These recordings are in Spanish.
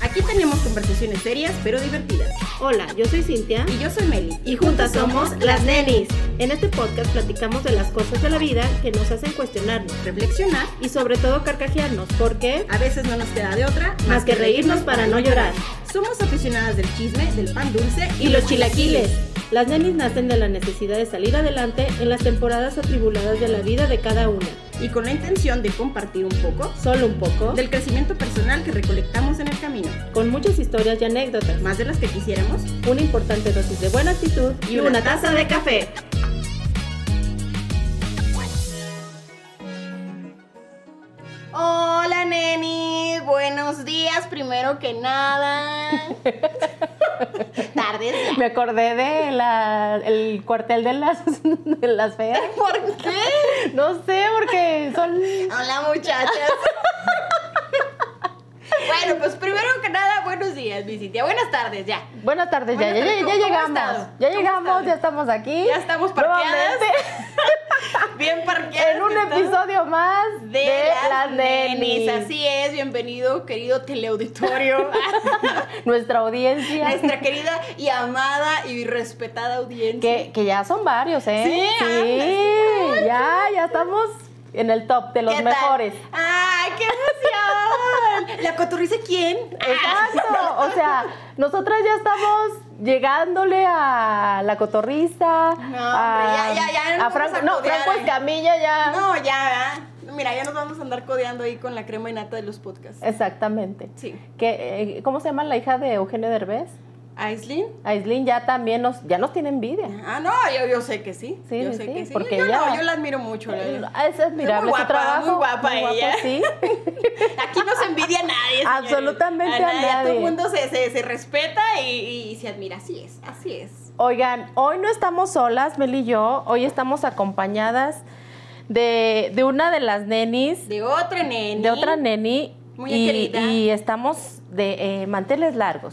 Aquí tenemos conversaciones serias pero divertidas. Hola, yo soy Cintia Y yo soy Meli. y juntas somos Las Nenis. En este podcast platicamos de las cosas de la vida que nos hacen cuestionarnos Reflexionar. y sobre todo carcajearnos porque A veces no nos queda de otra más que reírnos para no llorar. Somos aficionadas del chisme, del pan dulce Y los chilaquiles. Las Nenis nacen de la necesidad de salir adelante en las temporadas atribuladas de la vida de cada una. Y con la intención de compartir un poco Solo un poco, del crecimiento personal que recolectamos en el camino. con muchas historias y anécdotas, Más de las que quisiéramos. una importante dosis de buena actitud y una taza de café. Hola, nenis. Buenos días, primero que nada. Tardes. Me acordé de la, el cuartel de las, de las feas. ¿Por qué? No sé, porque son... Hola muchachas. bueno, pues primero que nada, buenos días, mi Cintia. Buenas tardes, ya. Buenas tardes, ya, Buenas ya, tardes, ya, ya ¿cómo- cómo has llegamos. estado? Ya ¿Cómo llegamos, estás? ya estamos aquí. Ya estamos parqueadas. Nuevamente, Bien parqueadas. En un que estamos. episodio más De, de, las nenis. nenis. Así es, bienvenido, querido teleauditorio. Nuestra audiencia, Nuestra querida y amada y respetada audiencia. que, que ya son varios, ¿eh? Sí, anda, sí. ya, ya estamos en el top de los ¿Qué tal? mejores. ¡Ay, qué emoción! ¿La cotorriza quién? Exacto, o sea, nosotras ya estamos llegándole a la cotorrista, hombre, a, ya, ya, ya nos a Franco, vamos a no, codear Franco ahí. Escamilla ya. No, ya, ¿verdad? Mira, ya nos vamos a andar codeando ahí con la crema y nata de los podcasts. Exactamente. Sí. Que, eh, ¿Cómo se llama la hija de Eugenio Derbez? ¿Aislin? Aislinn ya también nos, ya nos tiene envidia. Ah, no, yo, yo sé que sí. Sí, yo sí, sé sí, que sí. porque yo ella- no, yo la admiro mucho. la verdad. Es admirable Muy guapa, su trabajo. muy guapa ella. sí. Aquí no se envidia a nadie. señores. Absolutamente a A todo el nadie. mundo se, se, se respeta y, y se admira. Así es, así es. Oigan, hoy no estamos solas, Mel y yo, hoy estamos acompañadas de, de una de las nenis, De otra neni. de otra neni. Muy y, querida. y estamos de eh, manteles largos.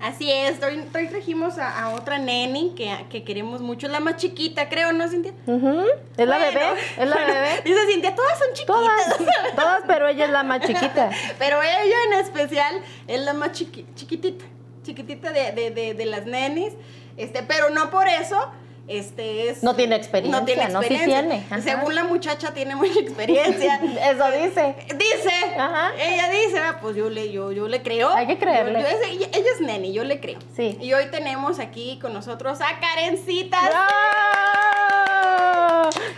Así es, hoy, hoy trajimos a, a otra neni que, que queremos mucho. La más chiquita, creo, ¿no, Cintia? Ujú. Es la Bueno, bebé, es la bueno, bebé. Dice Cintia, todas son chiquitas. Todas, todas, pero ella es la más chiquita. Pero ella en especial es la más chiqui- chiquitita, chiquitita de, de- de- de las nenis, este, pero no por eso, este es... No tiene experiencia, no tiene no, sí experiencia. tiene, ajá. Según la muchacha tiene mucha experiencia. Eso dice. Dice, Ajá. ella dice, ah, pues yo le, yo, yo le creo. Hay que creerle. Yo- yo- ella, ella es neni, yo le creo. Sí. Y hoy tenemos aquí con nosotros a Karencita. ¡Bravo!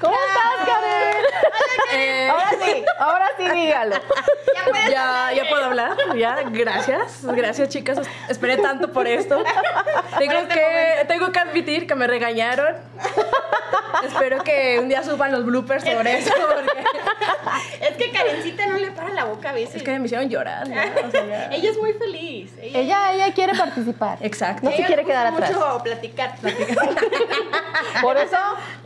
¿Cómo estás, Karen? Eh, Ahora sí, ahora sí dígalo. Ya puedes ya, ya puedo hablar, ya, gracias, gracias chicas, os- esperé tanto por esto. Tengo que, tengo que admitir que me regañaron. Espero que un día suban los bloopers sobre eso, porque Es que Karencita no le para la boca a veces. es que me hicieron llorar. ¿no? O sea, ya. ella es muy feliz. Ella, ella quiere participar. Exacto. No se Ella quiere le quedar gusta atrás. Mucho platicar, platicar. Por eso,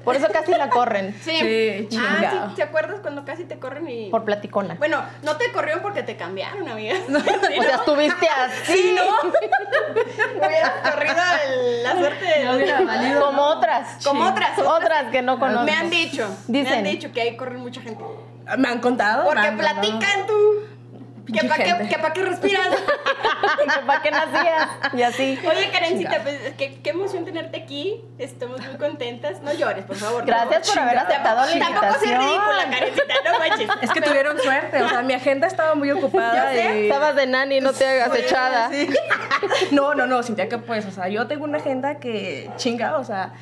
por eso casi la corren. Sí, Ah, chingado. sí, ¿te acuerdas cuando casi te corren y Por platicona. Bueno, no te corrieron porque te cambiaron, amiga. O sea, estuviste así. Hubieras corrido el- la suerte de los- Como otras. Como Sí. otras, otras. Otras que no conozco. Me han dicho, me Dicen. han dicho que ahí corren mucha gente. Me han contado. Porque me han contado. platican tú. Que Pinche pa' qué, gente. que pa' qué respiras. ¿Para qué nacías? Y así. Oye, Karencita, pues, qué, qué emoción tenerte aquí. Estamos muy contentas. No llores, por favor. Gracias por haber Chingado. aceptado la invitación. Tampoco soy ridícula, Karencita, no manches. Es que tuvieron suerte, o sea, mi agenda estaba muy ocupada. Ya sé. y- Estabas de nani, no te hagas Bueno, echada. sí. No, no, no, Cintia, que pues, o sea, yo tengo una agenda que chinga, o sea,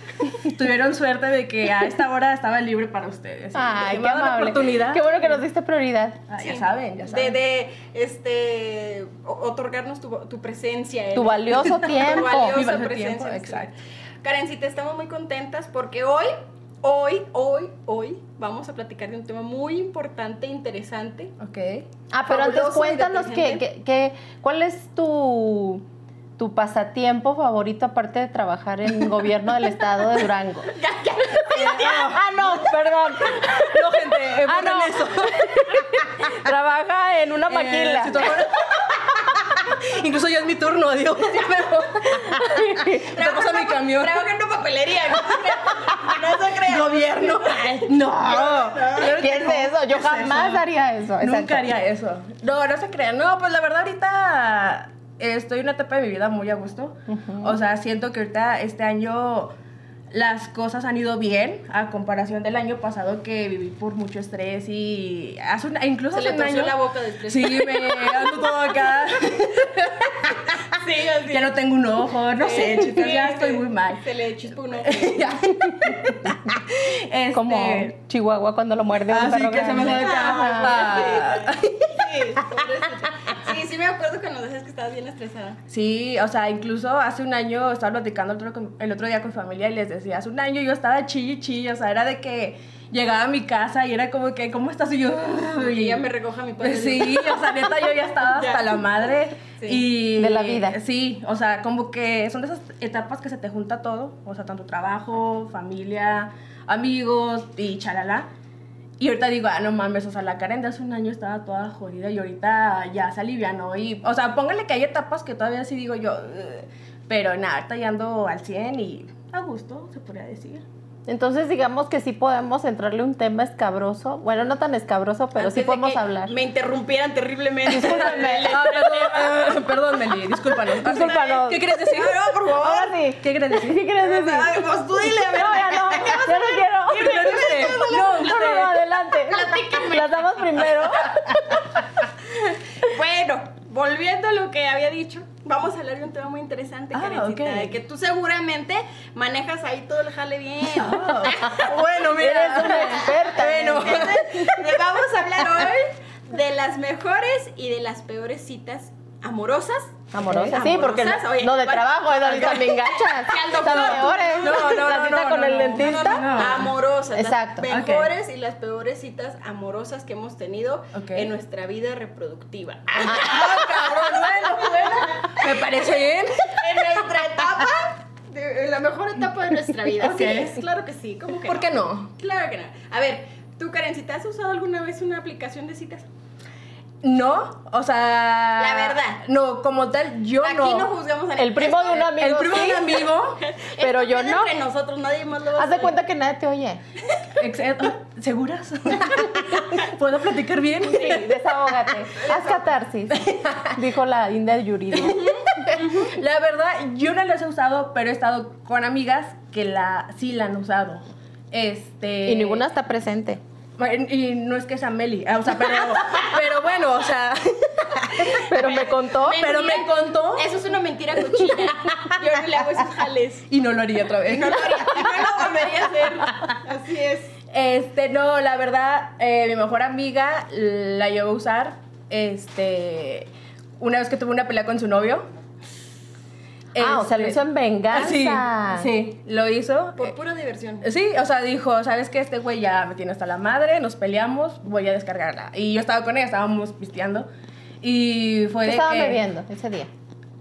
tuvieron suerte de que a esta hora estaba libre para ustedes. Ay, qué Me van a dar amable. oportunidad. Qué bueno que nos diste prioridad. Ah, Sí. Ya saben, ya De, saben. de este, o- otorgarnos tu, tu presencia. en- Tu valioso tiempo. Tu valiosa Mi valioso presencia. tiempo, en este exacto. lugar. Karencita, estamos muy contentas porque hoy, hoy, hoy, hoy vamos a platicar de un tema muy importante, interesante. Ok. Ah, pero antes Fabuloso y cuéntanos que, detergente. que- que- cuál es tu, tu pasatiempo favorito aparte de trabajar en gobierno del estado de Durango. ah, no, perdón. No, gente, eh, Ah, borren no. eso. Trabaja en una Eh, maquila. si tu amor- Incluso ya es mi turno, adiós. Ya me voy. Te Trabajo paso en mi una- camión. Trabajo en una papelería. que No se crean. Gobierno. No. Claro que ¿Quién no. es eso? Yo ¿Qué es jamás eso? haría eso. exacto. Nunca haría eso. No, no se crean. No, pues la verdad ahorita eh, estoy en una etapa de mi vida muy a gusto. O sea, siento que ahorita este año las cosas han ido bien a comparación del año pasado que viví por mucho estrés y hace un, incluso Se le hace un torció año la boca de estrés. Sí, me ando todo acá. Sí, así. Ya no tengo un ojo, no Eh, sé, chicas, ya Sí, estoy sí. muy mal. Se le chispa un ojo. Ya. Este, Como Chihuahua cuando lo muerde un así perro que se me grande. sale Ah, acá. Sí, pobrecita. sí, sí me acuerdo que nos decías que estabas bien estresada. Sí, o sea, incluso hace un año estaba platicando otro con- el otro día con mi familia y les decía, hace un año yo estaba chille y chille, o sea, era de que llegaba a mi casa y era como que, ¿cómo estás? Y yo, Que "Ay". ella me recoja mi padre. Pues sí, o sea, neta, yo ya estaba Ya. hasta la madre. Sí. Y, De la vida. Sí, o sea, como que son de esas etapas que se te junta todo, o sea, tanto trabajo, familia, amigos y chalala. Y ahorita digo, ah, no mames, o sea, la Karen de hace un año estaba toda jodida y ahorita ya se alivianó. Y, o sea, póngale que hay etapas que todavía sí digo yo, "Ugh", pero nada, ahorita ya ando al 100 y a gusto, se podría decir. Entonces digamos que sí podemos entrarle un tema escabroso. Bueno, no tan escabroso, pero Antes sí de podemos que hablar. Me interrumpieran terriblemente. Ah, perdón, eh, perdón, Meli, discúlpanos. Discúlpanos. ¿Qué quieres decir? No, por favor. Ahora sí. ¿Qué quieres decir? ¿Qué quieres decir? Ay, pues tú dile, a No, ver. ya no, ya no quiero. Primero usted. No, No, no, no, adelante. Las damos primero. Bueno, volviendo a lo que había dicho, vamos a hablar de un tema muy interesante, Ah, Karencita, ok. de que tú seguramente manejas ahí todo el jale bien. Bueno, Eres una experta. Bueno. Entonces, le vamos a hablar hoy de las mejores y de las peores citas amorosas. Amorosa. Sí, porque Amorosas, no, oye, no de ¿cuál? trabajo, es ahorita Acá. me enganchas. Que al doctor, Las peores. No, no, ¿eh? La no, cita no, con no, el no, dentista. no, no, no. Ah. Amorosas. Exacto. Las Ok. mejores y las peores citas amorosas que hemos tenido Ok. en nuestra vida reproductiva. cabrón, bueno, bueno. Me parece bien. en nuestra etapa, de- en la mejor etapa de nuestra vida. Ok. Sí, es, claro que sí. ¿Cómo que ¿Por no? qué no? Claro que no. A ver, tú, Karencita, ¿has usado alguna vez una aplicación de citas? No, o sea. La verdad. No, como tal, yo Aquí no. no juzgamos a nadie. El primo de un Esto- amigo. El primo de un sí. amigo. esto pero yo queda no. entre nosotros, nadie más lo va a Haz de saber. cuenta que nadie te oye. excepto- ah, ¿Seguras? ¿Puedo platicar bien? Sí, desahógate. Haz catarsis. Dijo la India Yuridia. La verdad, yo no las he usado, pero he estado con amigas que la, sí la han usado. Este. Y ninguna está presente. Bueno, Y no es que sea Meli, ah, o sea, pero, pero bueno, o sea, Pero me contó. Mentira. pero me contó Eso es una mentira cochina. Yo no le hago esos jales. y no lo haría otra vez. No lo haría. No lo volvería a hacer. Así es. Este, no, la verdad, eh, mi mejor amiga la llevó a usar, este, una vez que tuvo una pelea con su novio. Ah, o sea, lo Este, hizo en venganza. Sí, sí, lo hizo. Eh, Por pura diversión. Sí, o sea, dijo, ¿sabes qué? Este güey ya me tiene hasta la madre, nos peleamos, voy a descargarla. Y yo estaba con ella, estábamos pisteando. Y fue Yo de estaba que... bebiendo ese día.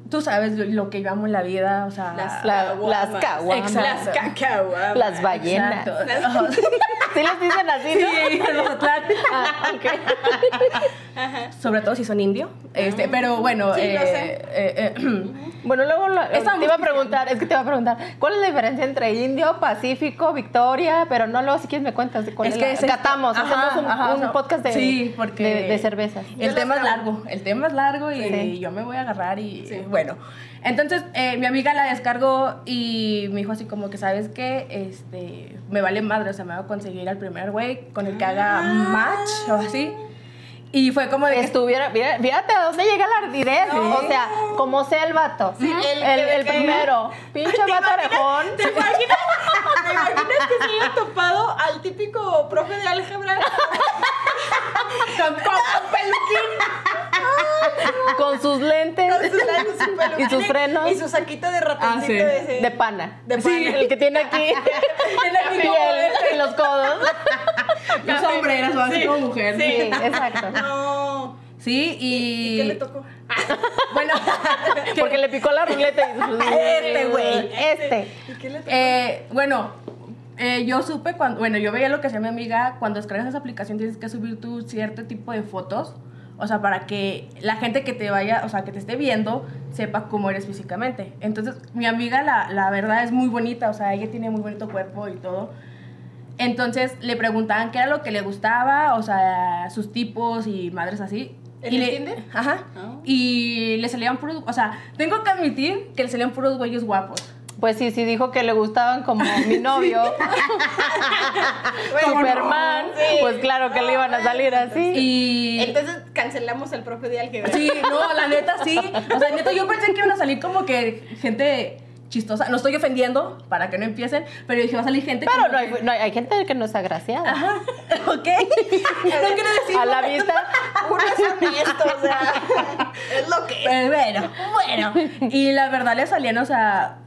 Tú sabes lo- lo que yo amo en la vida, o sea... Las la- caguamas. las caguamas. Las cacahuamas. Las ballenas. Exacto. Sí les dicen así, ¿no? Sí, el Mazatlán. Ah, ok. Sobre todo si son indio. Este, pero bueno, Sí, lo eh, sé. eh, eh, Bueno, luego lo- Estábamos te iba a preguntar, es que te iba a preguntar, ¿cuál es la diferencia entre Indio, Pacífico, Victoria? Pero no, luego si quieres me cuentas de cuál es, que la- ese- catamos, ajá, hacemos un, ajá, un no. podcast de, Sí, porque- de, de cervezas. Yo el las tema es grabo. largo, el tema es largo y Sí. yo me voy a agarrar y Sí. bueno. Entonces, eh, mi amiga la descargó y me dijo así como que, ¿sabes qué? Este, me vale madre, o sea, me voy a conseguir al primer güey con el que haga Ah. match o así. Y fue como de que Estuviera, mira- fíjate a dónde llega la ardidez, o sea, como sea el vato, Sí, el, el- el, el que- primero, pinche vato orejón, ¿Te imaginas, ¿Te imaginas que se haya topado al típico profe de álgebra? con, con peluquín. con sus lentes Con sus labios, su peluquín y sus frenos Y su saquito de ratoncito Ah, sí. de ese. de pana. de Sí, pana. el que tiene aquí Tiene aquí y, como este el- y los codos. Los sombreros, así como mujer. Sí, Sí, exacto. No. y... ¿Y qué le tocó? Bueno, Porque le picó la ruleta y pues, Este güey. Este. ¿Y qué le tocó? eh, bueno, eh, yo supe cuando, bueno, yo veía lo que hacía mi amiga, cuando descargas esa aplicación tienes que subir tu cierto tipo de fotos. O O sea, para que la gente que te vaya, o sea, que te esté viendo, sepa cómo eres físicamente. Entonces, mi amiga, la, la verdad, es muy bonita, o sea, ella tiene muy bonito cuerpo y todo. Entonces, le preguntaban qué era lo que le gustaba, o sea, sus tipos y madres así. ¿En y el le- Tinder? Ajá. Ah. Y le salían puros, o sea, tengo que admitir que le salían puros güeyes guapos. Pues sí, sí dijo que le gustaban como mi novio, Superman. Sí. Pues claro que le iban a salir así. Y... Entonces cancelamos el propio día al que Sí, no, la neta sí. O sea, neta, yo pensé que iban a salir como que gente chistosa. No estoy ofendiendo para que no empiecen, pero dije, va a salir gente. Pero como no que- hay, no hay- hay gente que no es agraciada. Ajá, ok. no quiero decir. A la vista, Uno es honesto, o sea, es lo que es. Pero bueno, bueno. Y la verdad le salían, o sea.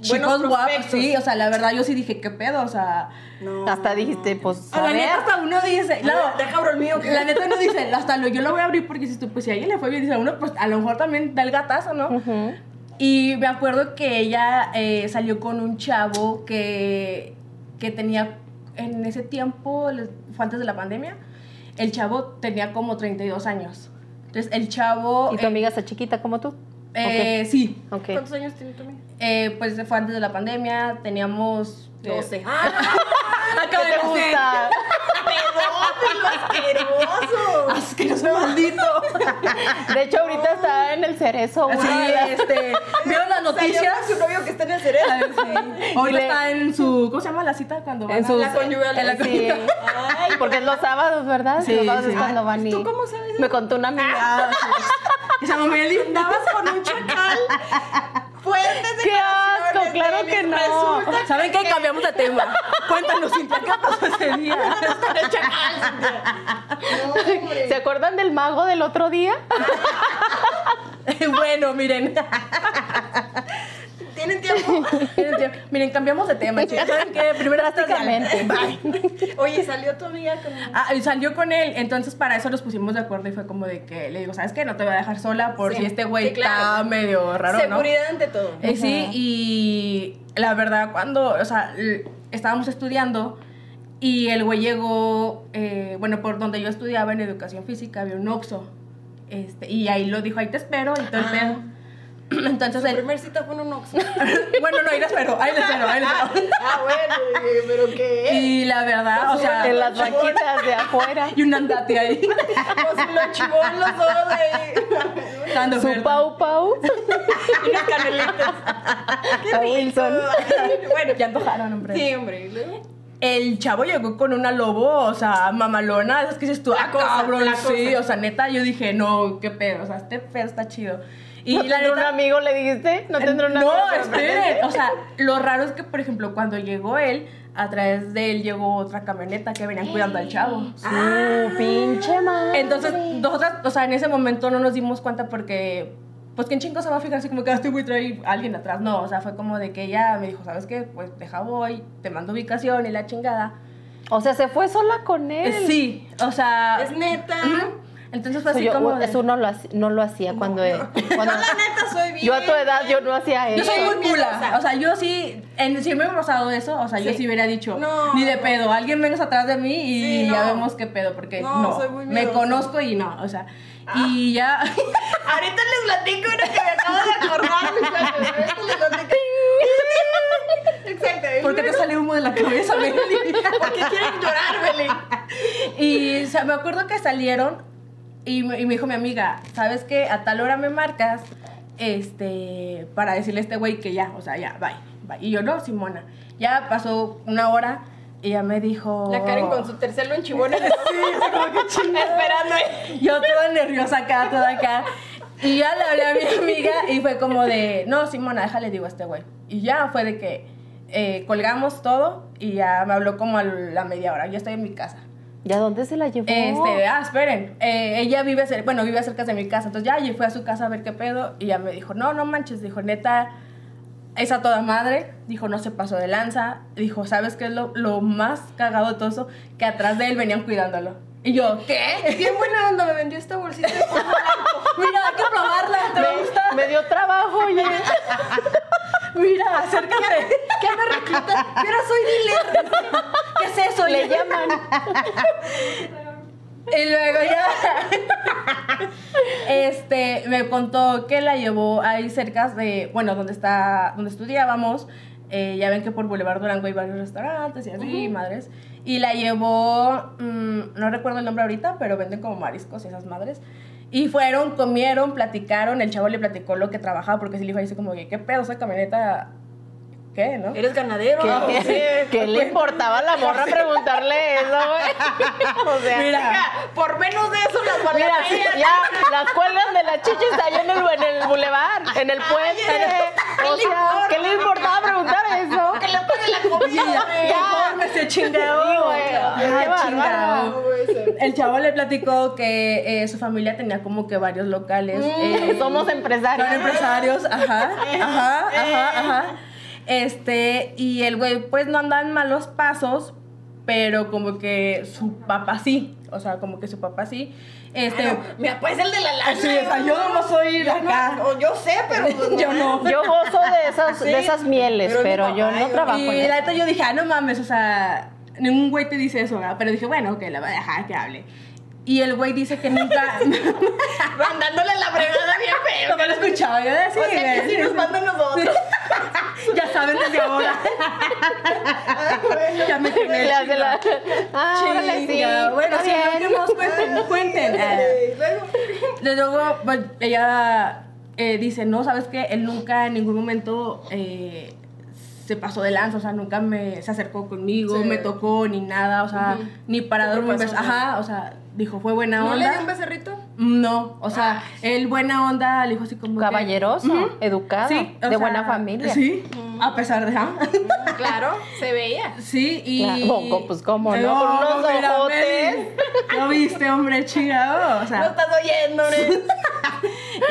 Chicos guapos, prospectos. sí, o sea, la verdad yo sí dije, ¿qué pedo? O sea, No. hasta dijiste, pues, a a la ver. neta hasta uno dice, claro, Deja abro el mío. que- la neta uno dice, hasta lo, yo lo voy a abrir porque si tú, pues si a ella le fue bien, dice a uno, pues a lo mejor también da el gatazo, ¿no? Ujú. Y me acuerdo que ella eh, salió con un chavo que, que tenía, en ese tiempo, les- fue antes de la pandemia, el chavo tenía como 32 años. Entonces, el chavo... ¿Y tu eh, amiga está chiquita como tú? eh, Sí. Ok. ok. ¿Cuántos años tiene tu amiga? Eh, pues fue antes de la pandemia, teníamos... eh, ¡Ah! Acabo de ¿Qué te nacer. gusta? ¡Pedófilo asqueroso! Asqueroso maldito. Ah, De hecho, ahorita está en el cerezo. Así, una- este, vieron las O sea, yo noticias. con su novio que está en el cerebro. A ver, sí. Ahorita le- está en su, ¿cómo se llama la cita cuando van En a- sus- La conyugal. en la conyugal. Sí. Ay, Porque es los sábados, ¿verdad? Sí, los sábados sí. es cuando van y... ¿Tú cómo sabes? Me contó una amiga. Ah, sí. Esa mamá Eli, Andabas con un chacal. Fuertes ¡Qué asco! declaraciones, ¡Claro Debbie. que no! Resulta ¿Saben qué? Cambiamos de tema. Cuéntanos, Cintia, ¿qué pasó ese día? ¿Se acuerdan del mago del otro día? bueno, miren. ¿Tienen tiempo? Miren, cambiamos de tema, chicas. ¿Saben qué? Primero estas- Prácticamente. Oye, salió tu amiga con... Ah, y salió con él, entonces para eso nos pusimos de acuerdo y fue como de que le digo, ¿sabes qué? No te voy a dejar sola por Sí. si este güey Sí, claro. está medio raro, ¿no? Seguridad ante todo. Eh, sí, y la verdad, cuando, o sea, l- estábamos estudiando y el güey llegó, eh, bueno, por donde yo estudiaba en educación física había un Oxxo. Este, y ahí lo dijo, ahí te espero y todo el Ah. pedo. Entonces, Su él- primer cita fue en un Oxxo. bueno, no, ahí lo espero, ahí lo espero, ahí lo espero. Ah, bueno, eh, pero ¿qué? Y la verdad, o sea, En las banquitas de afuera. y un andate ahí. Pues lo chivó en los dos de... dando Su oferta. pau pau. Y unas canelitas. A Wilson. Ay, Bueno, Ya antojaron, hombre. Sí, hombre. y luego, El chavo llegó con una lobo, o sea, mamalona, esas que dices tú, ah, cosa, cabrón, la sí, cosa. o sea, neta, yo dije, no, qué pedo, o sea, este pedo está chido. Y ¿No la tendrá un neta, amigo le dijiste? ¿No tendrá un amigo? no, esperen, o sea, lo raro es que, por ejemplo, cuando llegó él, a través de él llegó otra camioneta que venían cuidando al chavo. Su pinche madre. Entonces, nosotras, o sea, en ese momento no nos dimos cuenta porque, pues, ¿quién chingo se va a fijar así como que "Ah, este güey trae a alguien atrás? No, o sea, fue como de que ella me dijo, ¿sabes qué? Pues deja voy, te mando ubicación y la chingada. O sea, se fue sola con él. Eh, Sí, o sea. Es neta. uh, Ujú. Entonces fue Soy así yo, como. de- eso no lo hacía, no lo hacía cuando, cuando- Yo la neta soy bien. yo a tu edad yo no hacía Yo eso. soy Bien muy miedosa. cula. O sea, yo sí. En, si me hubiera pasado eso, o sea, yo Sí. sí hubiera dicho. No, ni de no. pedo. Alguien menos atrás de mí y Sí, no. ya vemos qué pedo. Porque No, no. soy muy me miedosa. Ah. conozco y no. O sea. Y ya. Ahorita les platico una que me acabo de acordar. mis cuates, ahorita les platico. Exacto. ¿Por qué te sale humo de la cabeza, Meli? ¿Por qué quieren llorar, Belén? Y o sea, me acuerdo que salieron y, me y me dijo mi amiga, ¿sabes qué? A tal hora me marcas este, para decirle a este güey que ya, o sea, ya, bye, bye. Y yo, no, Simona. Ya pasó una hora y ella me dijo... La Karen con su tercer lonchibón. Sí, Esperando. ahí. Yo toda nerviosa acá, toda acá. Y ya le hablé a mi amiga y fue como de, no, Simona, déjale, digo a este güey. Y ya fue de que eh, colgamos todo y ya me habló como a la media hora. Yo estoy en mi casa. ¿Y a dónde se la llevó? Oh. Este, ah, esperen. eh, ella vive, cer- bueno, vive cerca de mi casa. Entonces ya yo fui a su casa a ver qué pedo. Y ya me dijo, no, no manches. Dijo, neta, es a toda madre. Dijo, no se pasó de lanza. Dijo, ¿sabes qué es lo, lo más cagado de todo eso? Que atrás de él venían cuidándolo. Y yo, ¿qué? Qué buena onda me vendió esta bolsita de polvo blanco. Mira, hay que probarla. ¿te va a gustar? me, me dio trabajo, oye. Mira, acércate. ¿Qué me recluta? Pero soy dealer. ¿Qué es eso? Le Y- llaman. Y luego ya. este, me contó que la llevó ahí cerca de, bueno, donde está, donde estudiábamos. Eh, ya ven que por Boulevard Durango hay varios restaurantes y así, madres. Y la llevó, mm, no recuerdo el nombre ahorita, pero venden como mariscos y esas madres. Y fueron, comieron, platicaron. El chavo le platicó lo que trabajaba, porque sí le dijo así como, que, ¿qué pedo esa camioneta? ¿Qué, no? Eres ganadero. ¿Qué, sí. qué le importaba a la morra preguntarle eso, güey? O sea, Mira, Por menos de eso las mira, balaceras. ya las cuelgan de la chichis allá en el, en el bulevar, en el puente. o sea, ¿qué le importaba preguntar eso? Que le paguen la comida. ¡Infórmese, chingado! Sí, güey. Ay, Qué bárbara. chingado. El chavo le platicó que eh, su familia tenía como que varios locales. eh, Mm, Somos empresarios. Son empresarios, ajá, ajá, ajá, ajá. Este, y el güey, pues no anda en malos pasos, pero como que su papá sí. O sea, como que su papá sí. Este. Mira, pues el de la lana. así es, yo no soy la Ah, acá. o yo sé, pero pues, no. Yo no. Yo gozo de esas, de esas mieles, pero pero, mi yo papá, no yo- trabajo Y en eso. la neta yo dije, ah, no mames, o sea, ningún güey te dice eso, ¿verdad? Pero dije, bueno, que la voy a dejar que hable. Y el güey dice que nunca. no Mandándole la fregada bien feo. me lo escuchaba, yo decía. O sea que sí nos mandan nosotros. ya saben desde ahora. Ah, ya me quemé. Le hace la- Ah, órale, sí, Chinga. Bueno, está si no bien. queremos, cuenten, cuenten. Ah. Y luego, Y Luego pues, ella eh, dice, no, ¿sabes qué? Él nunca en ningún momento eh, se pasó de lanza, o sea, nunca me, se acercó conmigo, Sí. me tocó, ni nada, o sea, ni para darme un beso. Ajá, o sea, dijo, fue buena ¿No le onda. dio un Ah, becerrito? No, o sea, él buena onda, le dijo así como... que- Caballeroso, educado, Sí, o de sea, buena familia. Sí, Mm. a pesar de... ajá. Claro, se veía. Sí, y. Claro, como- pues, ¿cómo no? Con unos mira, ojotes. Meli, ¿No viste, hombre, chingado? O no sea, estás oyendo, ¿eh?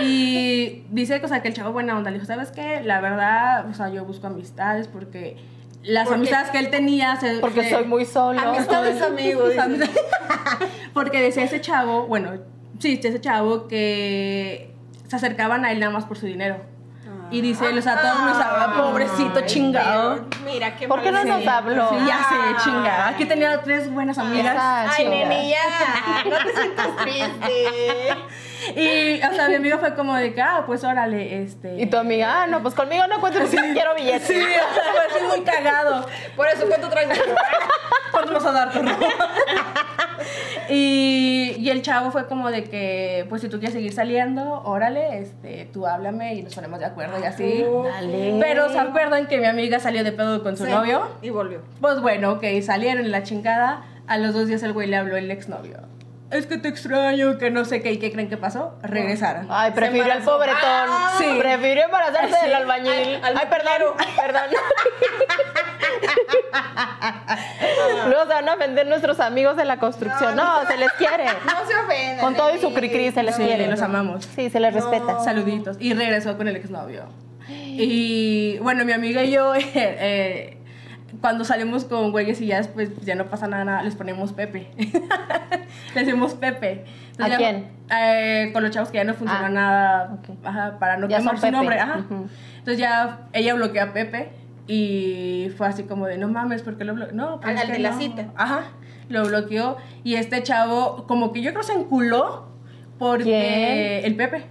y dice o sea, que el chavo buena onda le dijo, ¿sabes qué? La verdad, o sea, yo busco amistades porque las amistades que él tenía. se- Porque se- soy muy solo. Amistades amigos. dice. Porque decía ese chavo, bueno, sí, ese chavo que se acercaban a él nada más por su dinero. Y dice, él, o sea, todos mis ah, pobrecito chingado. Mira, qué ¿Por qué no mal nos genio. habló? Ah. Sí, ya sé, chinga. Aquí tenía tres buenas amigas. Esa Ay, chinga. nenilla, no te sientas triste. Y, o sea, mi amigo fue como de que, ah, pues órale, este. Y tu amiga, ah, no, pues conmigo no cuento porque no quiero billetes. Sí, o sea, fue así muy cagado. Por eso cuento tranquilo. ¿Cuánto vas a dar, perro? y, y el chavo fue como de que, pues si tú quieres seguir saliendo, órale, este, tú háblame y nos ponemos de acuerdo y así. Dale. Pero se acuerdan que mi amiga salió de pedo con su novio. Y volvió. Pues bueno, ok, salieron la chingada. A los dos días el güey le habló el exnovio. Es que te extraño, que no sé qué. ¿Y qué creen que pasó? Regresaron. Ay, prefirió al pobretón. Ah, sí. Prefirió embarazarse del albañil. Ay, perdón, perdón. Luego se van a vender nuestros amigos de la construcción. No, se les quiere. No se ofendan. Con todo y su cri-cri se les Sí, quiere. los amamos. Sí, se les respeta. Oh. Saluditos. Y regresó con el exnovio. Y bueno, mi amiga y yo, eh, eh, cuando salimos con güeyes y ya después pues, ya no pasa nada, nada, les ponemos Pepe. les decimos Pepe. ¿A ya- quién? eh, con los chavos que ya no funcionó Ah, nada. ok. ajá, para no Ya quemar son su Pepe. nombre. ajá. Ujú. Entonces ya ella bloquea a Pepe y fue así como de no mames, ¿por qué lo bloqueó? No, pues Al- es al que de la no". cita. Ajá. Lo bloqueó y este chavo, como que yo creo se enculó porque el Pepe.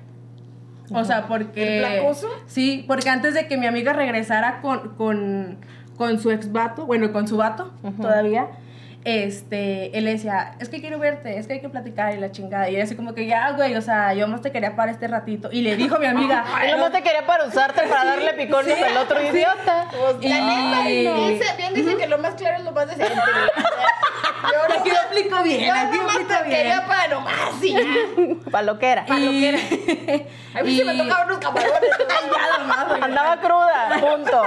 O sea, porque. ¿El placoso? Sí, porque antes de que mi amiga regresara con, con, con su ex vato, bueno, con su vato todavía, este, él le decía, es que quiero verte, es que hay que platicar y la chingada. Y era así como que ya, güey, o sea, yo más te quería para este ratito. Y le dijo a mi amiga. Él nomás te quería para usarte para darle picones al otro idiota. Pues, la neta, Y- dice- bien dicen que lo más claro es lo más decente. Yo no- Aquí lo explico bien, yo aquí lo nomás explico te bien. quería para nomás y ya. Para lo que era. A mí se me tocaban unos camarones. Ay, ya, nomás, güey. Andaba cruda, punto.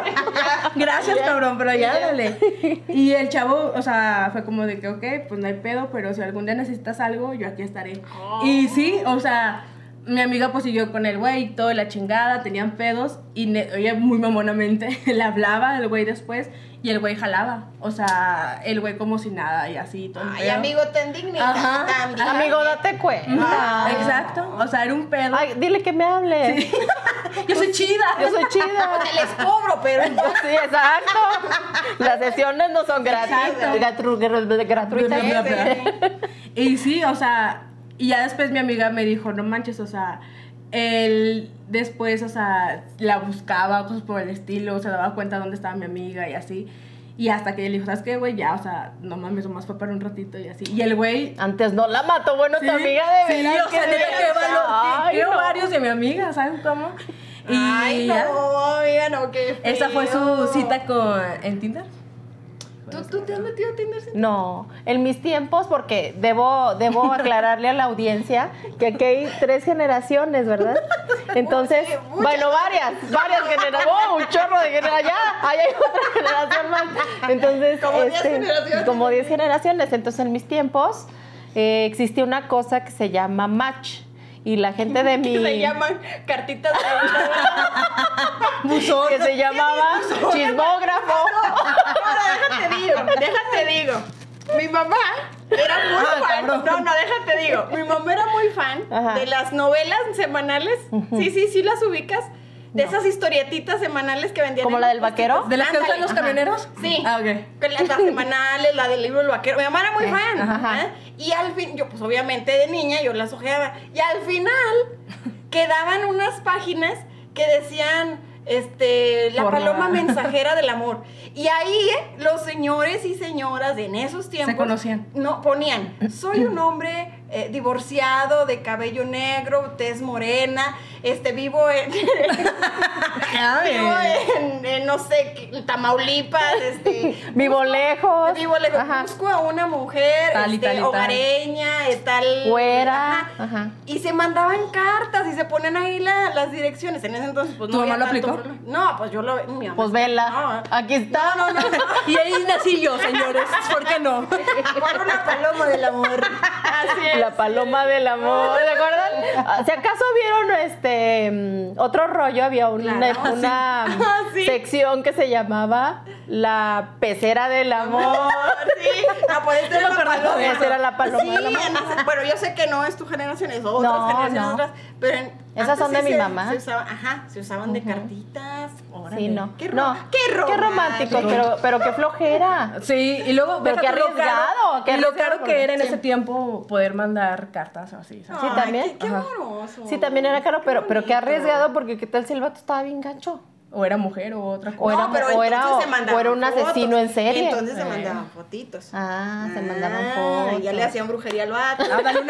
Gracias, cabrón, pero ya dale. Y el chavo, o sea, fue como de que, ok, pues no hay pedo, pero si algún día necesitas algo, yo aquí estaré. Y sí, o sea, mi amiga pues siguió con el güey, y todo, y la chingada, tenían pedos, y ne- ella muy mamonamente le hablaba al güey después, y el güey jalaba. O sea, el güey como si nada, y así, todo. el Ay, pedo. amigo, te indignas. Ajá. También. Amigo, date cuenta. Ajá, Exacto, o sea, era un pedo. Ay, dile que me hable. yo soy chida. Yo soy chida. Te les cobro, pero Sí, exacto. Las sesiones no son gratis. Exacto. Gratru- gr- Gratuitas. Bla, bla, bla. Y sí, o sea, y ya después mi amiga me dijo, no manches, o sea, él después, o sea, la buscaba, cosas por el estilo, se daba cuenta dónde estaba mi amiga y así. Y hasta que él dijo, ¿sabes qué, güey? Ya, o sea, no mames, nomás fue para un ratito y así. Y el güey... Antes no la mató, bueno, tu amiga de sí, veras o sea, que neta que veras. valor- Ay, creo no. varios de mi amiga, ¿saben cómo? Y Ay, ya. no, mira, no, qué feo. Esa fue su cita con, en Tinder. ¿Tú, tú te has metido a Tinder? sin- No, en mis tiempos, porque debo, debo aclararle a la audiencia que aquí hay tres generaciones, ¿verdad? Entonces, Uy, muchas. bueno, varias, varias generaciones. ¡Oh, un chorro de generaciones! Allá, allá hay otra generación más. Entonces, Como diez este, generaciones. como 10 generaciones. Entonces, en mis tiempos eh, existía una cosa que se llama match. Y la gente de mi... Se llaman cartitas de... Que se llamaba chismógrafo. No, déjate digo, déjate digo. Mi mamá era muy fan. No, no, déjate digo. Mi mamá era muy fan Ajá. de las novelas semanales. Sí, sí, sí las ubicas. De esas historietitas semanales que vendían. ¿Como en la los del puestitos. vaquero? ¿De las que Ándale, usan los ajá. camioneros? Sí. Ah, ok. Con las, las semanales, la del libro El Vaquero. Mi mamá era muy fan. ajá, ajá. ¿eh? Y al fin, yo pues obviamente de niña yo las ojeaba. Y al final quedaban unas páginas que decían, este, la Porno. paloma mensajera del amor. Y ahí eh, los señores y señoras de en esos tiempos... conocían. No, ponían, soy un hombre eh, divorciado, de cabello negro, tez morena, este, vivo en... Vivo en, en, no sé, que- en Tamaulipas, este. Vivo lejos. Vivo le Ajá. busco a una mujer Tal y este, tal y tal. hogareña, eh, tal. Güera. ajá. Ajá. Y se mandaban cartas y se ponen ahí la- las direcciones. En ese entonces, pues no. ¿Tu había mamá lo tanto aplicó? problema. No, pues yo lo. Mi mamá. Pues vela. No. Aquí está. No, no, no. no. Y ahí nací yo, señores. ¿Por qué no? Por una paloma del amor. Así es. La paloma del amor, ¿se acuerdan? Ah, Si acaso vieron este mm, otro rollo, había un- una, Claro, sí. una, mm, Ah, sí. sección que se llamaba la pecera del amor. Oh, Sí, no, pues esta era la paloma. Esa era la paloma Sí, del amor. en ese- bueno, yo sé que no es tu generación, es otras No, generaciones, no. otras, pero en- Esas antes son de sí mi se- mamá. se usaba- ajá, se usaban de cartitas. Órale. Sí, no. Qué, ro- no. qué romántico. romántico, pero, pero qué flojera. Sí, y luego Pero deja qué tú lo caro- arriesgado, qué y lo arriesgado, caro porque que era en ese tiempo poder mandar cartas o así. ¿sabes? Ay, Sí, también. Qué, qué Ajá. amoroso. Sí, también era caro, pero, pero qué bonito. arriesgado, porque qué tal si el vato estaba bien gancho. O era mujer o otra O cosa. No, era- pero o era- entonces se o mandaban era un asesino fotos. en serie. Entonces se Eh. mandaban fotitos. Ah, se mandaban Ah, fotos. Ya le hacían brujería al vato. Ah, dale un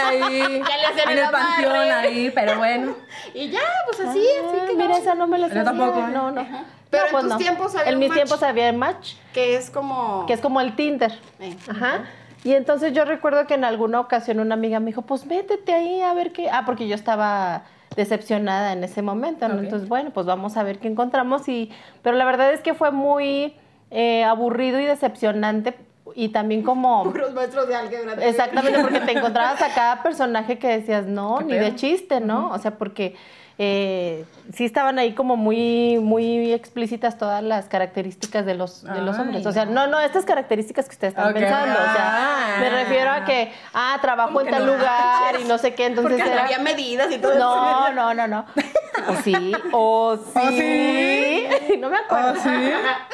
ahí. Ya le hacían el en el panteón amarre. ahí, pero bueno. Y ya, pues así, así Ah, que mira, esa no me la Yo sabía. tampoco. ¿eh? No, no. pues Pero No, en tus tiempos había En un mis match. tiempos había el match, Que es como. que es como el Tinder. Eh. Ajá. Y entonces yo recuerdo que en alguna ocasión una amiga me dijo, pues métete ahí a ver qué. Ah, porque yo estaba decepcionada en ese momento. ¿no? Ok. Entonces, bueno, pues vamos a ver qué encontramos. Y... Pero la verdad es que fue muy eh, aburrido y decepcionante. Y también como... Puros maestros de álgebra. Exactamente, porque te encontrabas a cada personaje que decías, no, Qué ni pedo. de chiste, ¿no? O sea, porque eh, sí estaban ahí como muy, muy explícitas todas las características de los, de los Ay, hombres. O sea, no, no, estas características que ustedes están Ok. pensando. O sea, Ah. me refiero a que, ah, trabajo en que tal no? lugar y no sé qué, entonces Porque era- había medidas y todo eso. No, no, no, no. O sí, o sí. No me acuerdo.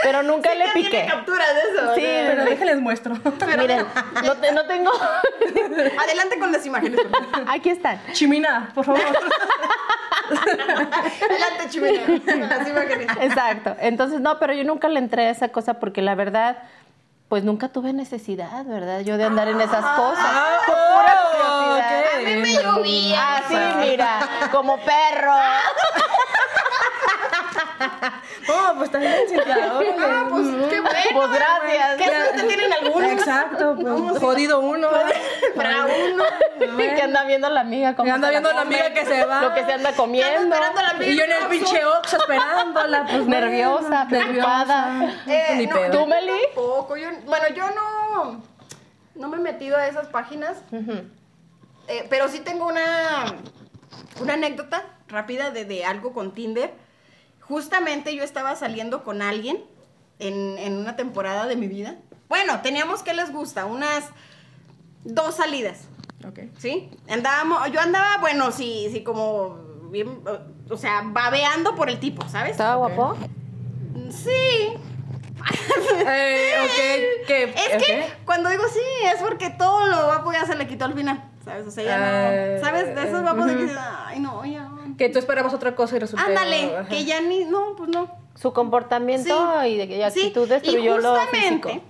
Pero nunca le Ya piqué. tiene capturas de eso. Sí, ¿no? Pero déjenles muestro. Miren, no, te- no tengo. Adelante con las imágenes. por favor. Aquí están. Chimina, por favor. Adelante, Chimena. Con las imágenes. Exacto. Entonces, no, pero yo nunca le entré a esa cosa porque la verdad, pues nunca tuve necesidad, ¿verdad? Yo de andar en esas cosas. Fue pura curiosidad. ok. llovía. Ah, Así, mira, como perro. Oh, pues también, Cintia. órale. Ah, pues qué bueno. Pues gracias. ¿Qué suerte tienen algunos? Exacto, pues, jodido uno. Para uno. que anda viendo la amiga como. Me anda se la viendo la come, amiga que se va. Lo que se anda comiendo. esperando la Y yo en el pinche Oxxo esperándola, pues bueno, Nerviosa, preocupada. Pues, ni Eh, no, pedo. yo ¿Tú, Meli? Tampoco. Yo, bueno, yo no. No me he metido a esas páginas. Eh, pero sí tengo una, una anécdota rápida de, de algo con Tinder. Justamente yo estaba saliendo con alguien en, en una temporada de mi vida. Bueno, teníamos que les gusta, unas dos salidas, Ok. ¿sí? Andábamos, yo andaba, bueno, sí, sí, como bien, o sea, babeando por el tipo, ¿sabes? ¿Estaba guapo? Sí, Eh, ok, que. Es que cuando digo sí, es porque todo lo guapo ya se le quitó al final. ¿Sabes? O sea, ya no. Eh, ¿Sabes? De esos guapos de que. Ay, no, ya. Que tú esperabas otra cosa y resultó. Ándale, ajá. que ya ni. No, pues no. Su comportamiento Sí. y, de- y Sí, actitud destruyó y lo justamente, físico.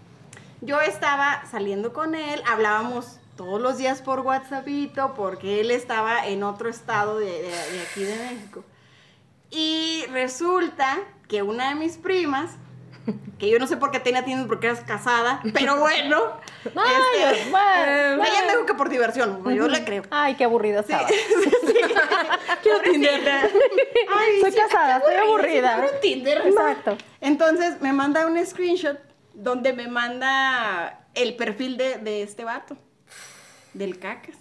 Yo estaba saliendo con él, hablábamos todos los días por WhatsAppito, porque él estaba en otro estado de, de- de aquí de México. Y resulta que una de mis primas, que yo no sé por qué tenía tiendas porque eras casada, pero bueno, Ay, este, bueno, ella me dijo que por diversión, yo le creo. Ay, qué aburrida estaba. Quiero Tinder. Ay, Estoy sí, ay, qué casada, estoy sí, aburrida. quiero Tinder. Exacto. Entonces me manda un screenshot donde me manda el perfil de, de este vato, del cacas.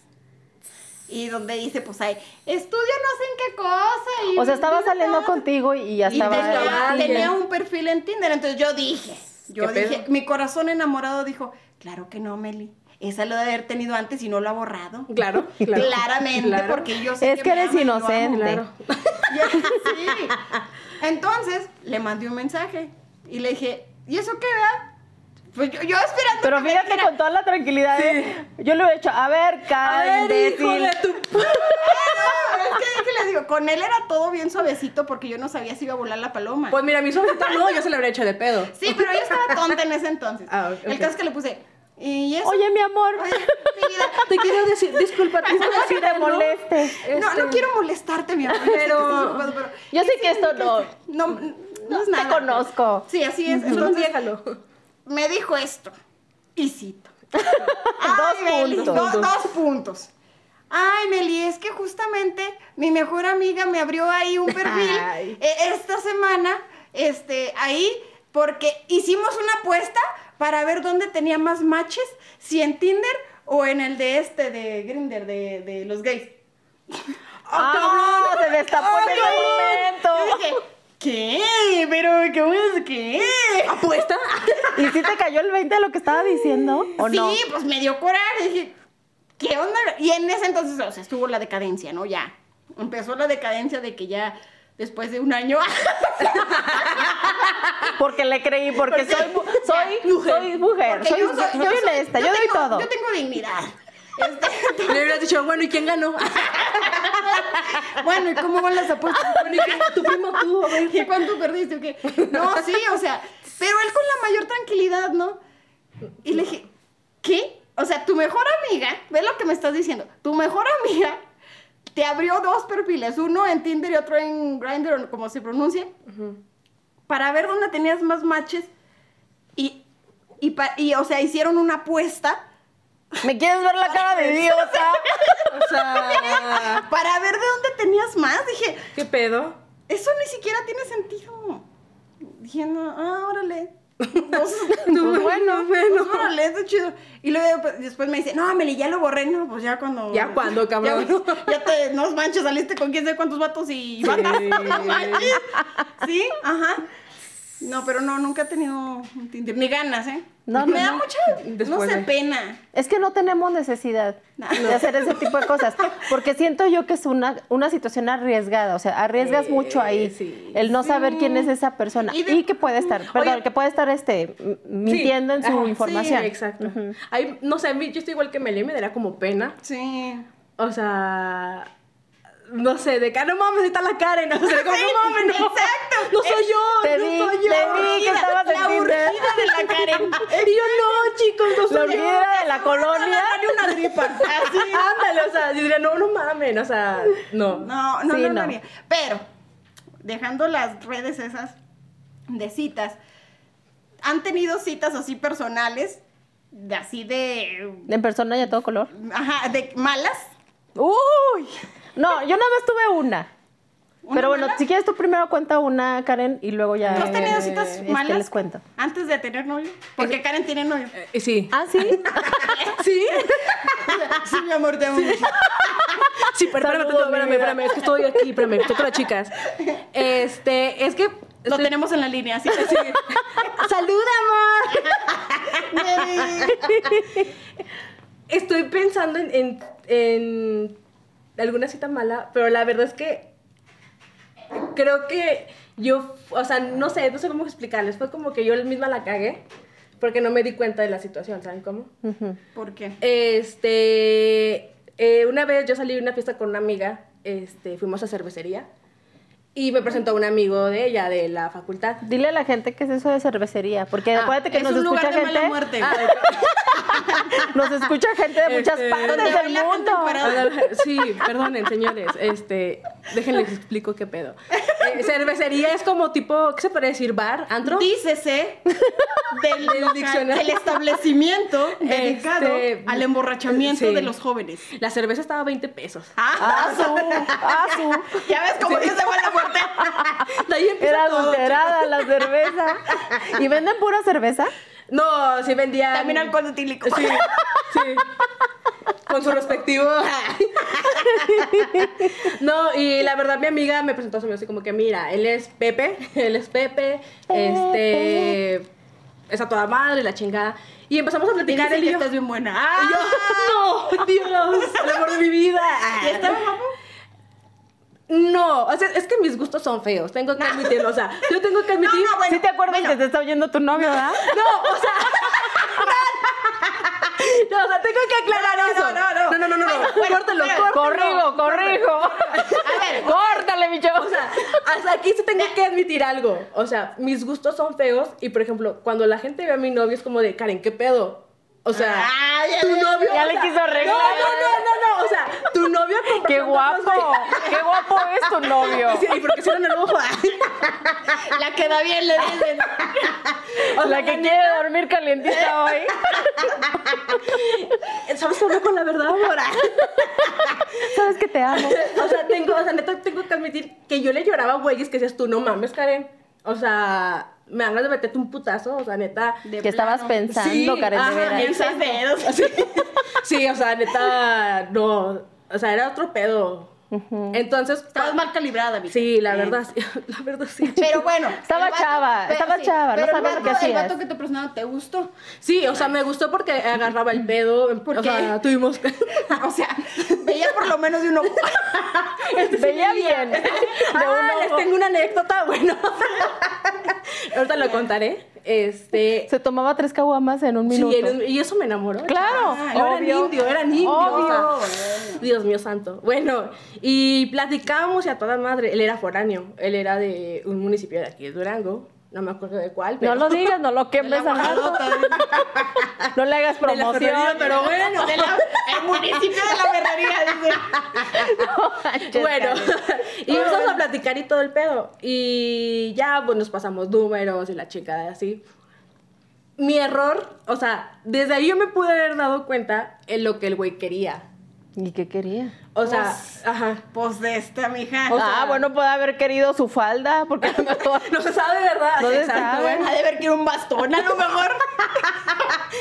Y donde dice, pues ay, estudio no sé en qué cosa. y- O sea, estaba y- saliendo contigo y, y ya y estaba. tenía, y ya- tenía un perfil en Tinder, entonces yo dije, yo ¿Qué pedo? dije, mi corazón enamorado dijo, claro que no, Meli, esa lo de haber tenido antes y no lo ha borrado. Claro, claro. Claramente, Claro. porque yo sé Es que me eres ama y lo amo. inocente. Ya, sí. Entonces, le mandé un mensaje y le dije, ¿y eso qué da? Pues yo, yo esperando. Pero que me fíjate dijera, con toda la tranquilidad. ¿eh? Yo le hubiera dicho, a ver, A cara, ver, hijo imbécil. de tu "Ah, no, es que dije, les digo, con él era todo bien suavecito porque yo no sabía si iba a volar la paloma. Pues mira, mi sobrecita no, yo se la habría hecho de pedo. Sí, pero yo estaba tonta en ese entonces. Ah, ok, El ok. caso es que le puse, ¿y eso? Oye, mi amor, Oye, mi vida, Te quiero decir, disculpa, te quiero no que decir te algo. moleste. No, no Este- quiero molestarte, mi amor. yo sé que estás ocupado, pero Yo sé que esto no. no, no, es te nada. conozco. Sí, así es. Solo Entonces, niégalo. me dijo esto. Y cito. Dos Meli, puntos. do- dos puntos. Ay, Meli, es que justamente mi mejor amiga me abrió ahí un perfil Ay. eh, esta semana, este, ahí, porque hicimos una apuesta para ver dónde tenía más matches, si en Tinder o en el de este, de Grinder, de, de los gays. ¡Ah, Ah, cabrón! se destapó ¡Ah, en ese cabrón! momento. Yo dije, ¿qué? ¿Pero cómo es que? Ah, pues ¿Apuesta? ¿Y si te cayó el 20 de lo que estaba diciendo? ¿O sí, no? pues me dio coraje. Dije, ¿qué onda? Y en ese entonces, o sea, estuvo la decadencia, ¿no? Ya. Empezó la decadencia de que ya después de un año. Porque le creí, porque soy, mu- soy, soy mujer, porque soy, yo soy- soy yo soy- honesta, yo, doy tengo- todo. Yo tengo dignidad. Este, Le hubieras dicho, bueno, ¿y quién ganó? bueno, ¿y cómo van las apuestas? Bueno, ¿y quién- tu primo tú? a ver. ¿Y cuánto perdiste? ¿O qué? No, sí, o sea, pero él con la mayor tranquilidad, ¿no? Y le dije, ¿qué? O sea, tu mejor amiga, ve lo que me estás diciendo, tu mejor amiga te abrió dos perfiles, uno en Tinder y otro en Grindr, o como se pronuncia, para ver dónde tenías más matches y, y, pa- y, o sea, hicieron una apuesta ¿Me quieres ver la cara de idiota? O sea, para ver de dónde tenías más. Dije, ¿qué pedo? eso ni siquiera tiene sentido. Dije, no, ah, órale. Pues, bueno, bueno. pues, órale, está chido. Y luego pues, después me dice, no, Meli, ya lo borré, no, pues ya cuando. Ya cuando, cabrón. Ya, ya te, no manches, saliste con quién sabe cuántos vatos y bandas. No manches. Sí, ajá. No, pero no, nunca he tenido un Tinder. Ni ganas, ¿eh? No, Me no, da no. mucha, no Después sé, de- pena. Es que no tenemos necesidad No. de hacer ese tipo de cosas. Porque siento yo que es una, una situación arriesgada. O sea, arriesgas Eh, mucho ahí. sí. Mm, El no saber quién es esa persona. Y Y, de- que puede estar, perdón, que puede estar este, m- mintiendo en su Ajá, sí, información. exacto. Ahí, no sé, a mí- yo estoy igual que Meli, me daría como pena. Sí. O sea, no sé, de que, "Ah, no mames, ahí está la Karen. O sea, como, no mames, no. exacto. No soy yo, Eh, Te no vi, soy yo. te vi que estabas en La Tinder. urgida de la Karen. Y yo no, chicos, no La soy yo. hormiga de la colonia. Dale una gripa. Así. Ándale, o sea, yo diría, no, no mamen, o sea, no. No, no, Sí, no, no. no. haría. Pero, dejando las redes esas de citas, ¿han tenido citas así personales? De así de. En persona y a todo color. Ajá, de malas. ¡Uy! No, yo nada más tuve una. ¿Una Pero bueno, mala? si quieres tú primero cuenta una, Karen, y luego ya... ¿Tú has tenido eh, citas este, malas? les cuento. Antes de tener novio. Porque Karen tiene novio. Y sí. Ah, sí. ¿Sí? Sí, mi amor, te amo mucho. Sí, pero espérame, Saludos, espérame, espérame, mi vida. espérame, es que estoy aquí, espérame, estoy con las chicas. Este, es que... Lo estoy- tenemos en la línea, así Sí. ¡Saluda, amor! Estoy pensando en, en, en alguna cita mala, pero la verdad es que creo que yo, o sea, no sé, no sé cómo explicarles. Fue como que yo misma la cagué porque no me di cuenta de la situación, ¿saben cómo? ¿Por qué? Este, eh, una vez yo salí de una fiesta con una amiga este, fuimos a cervecería y me presentó un amigo de ella, de la facultad. Dile a la gente qué es eso de cervecería, porque Ah, acuérdate que es nos un lugar escucha de mala gente, muerte. Ah, güey. nos escucha gente de muchas Este, partes donde del baila gente mundo. parada. Ándale, Sí, perdonen, señores. Este, déjenles explico qué pedo. Eh, cervecería es como tipo, ¿qué se puede decir? ¿Bar? ¿Antro? Dícese del, Del local- diccionario. del establecimiento dedicado Este, al emborrachamiento sí. de los jóvenes. La cerveza estaba a 20 pesos. Ah, Asu, asu. ya ves cómo yo se va la muerte. De ahí empieza Era todo, adulterada la cerveza. ¿Y venden pura cerveza? chicos. No, sí vendía. También alcohol etílico. Sí, sí. Con su respectivo. No, y la verdad, mi amiga me presentó a su amigo así como que, mira, él es Pepe, él es Pepe, este. Es a toda madre, la chingada. Y empezamos a platicar Dicen él y que yo. estás bien buena. Y Ah, yo, no, Dios, el amor de mi vida. ¿Y estaba guapo? No, o sea, es que mis gustos son feos, tengo que admitirlo, o sea, yo tengo que admitir... no, bueno, ¿Sí te acuerdas que te está oyendo tu novio, ¿verdad? No, o sea... No, o sea, tengo que aclarar No, no, eso. no, no, no. no, no, no, Bueno, bueno, córtelo, bueno. Corrijo, córtelo. corrijo. A ver, Córtale, mi chavo. O sea, hasta aquí se tengo que admitir algo. O sea, mis gustos son feos y, por ejemplo, cuando la gente ve a mi novio es como de, Karen, ¿qué pedo? O sea, Ah, ya, tu ya, ya. novio... Ya o le sea, quiso arreglar. No, no, no, no, no, o sea, tu novio... ¡Qué comprando cosas- guapo! ¡Qué guapo es tu novio! Sí, ¿Y por qué cierran el ojo? la queda bien, Ah. le dicen. La que quiere dormir calientita hoy. ¿Sabes hablar con la verdad ahora? Sabes que te amo. o sea, tengo, o sea, neta, tengo que admitir que yo le lloraba a güeyes que decías tú, no mames, Karen. O sea, me dan ganas de meterte un putazo, o sea, neta. De Que estabas plano. pensando, Sí, Karen, de ajá, veras. Bien seis dedos. Sí, o sea, neta, no. O sea, era otro pedo. Entonces, Estabas mal calibrada, mi sí, la verdad, sí, la verdad sí. Pero bueno. Estaba el vato- chava, pe- estaba chava, no pero el sabía lo vato- que El hacías. vato que te presentaba te gustó. Sí, o sea, me gustó porque agarraba el pedo. ¿Por o qué? sea, tuvimos. O sea, veía por lo menos de un ojo. Veía bien. ah, les tengo una anécdota, bueno. Ahorita lo contaré. Este. Se tomaba tres caguamas en un Sí, minuto. en un- y eso me enamoró. Claro, Ah, no, eran obvio. indio, eran indio. Obvio. o sea, Dios mío santo. Bueno, y platicábamos y a toda madre. Él era foráneo, él era de un municipio de aquí, de Durango. No me acuerdo de cuál, pero. No lo digas, no De lo la quemes a mano. guajolota, No le hagas De la Florida, promoción. pero bueno. de la- el municipio de la berrería, dice. Bueno, y empezamos a platicar y todo el pedo. Y ya, pues nos pasamos números y la chica de así. Mi error, o sea, desde ahí yo me pude haber dado cuenta en lo que el güey quería. ¿Y qué quería? O sea, ajá. Pues de esta, mija. O sea- ah, bueno, puede haber querido su falda, porque no me to- No se sabe, ¿verdad? No se Exacto, sabe. bueno. Ha de ver que era un bastón, a lo mejor.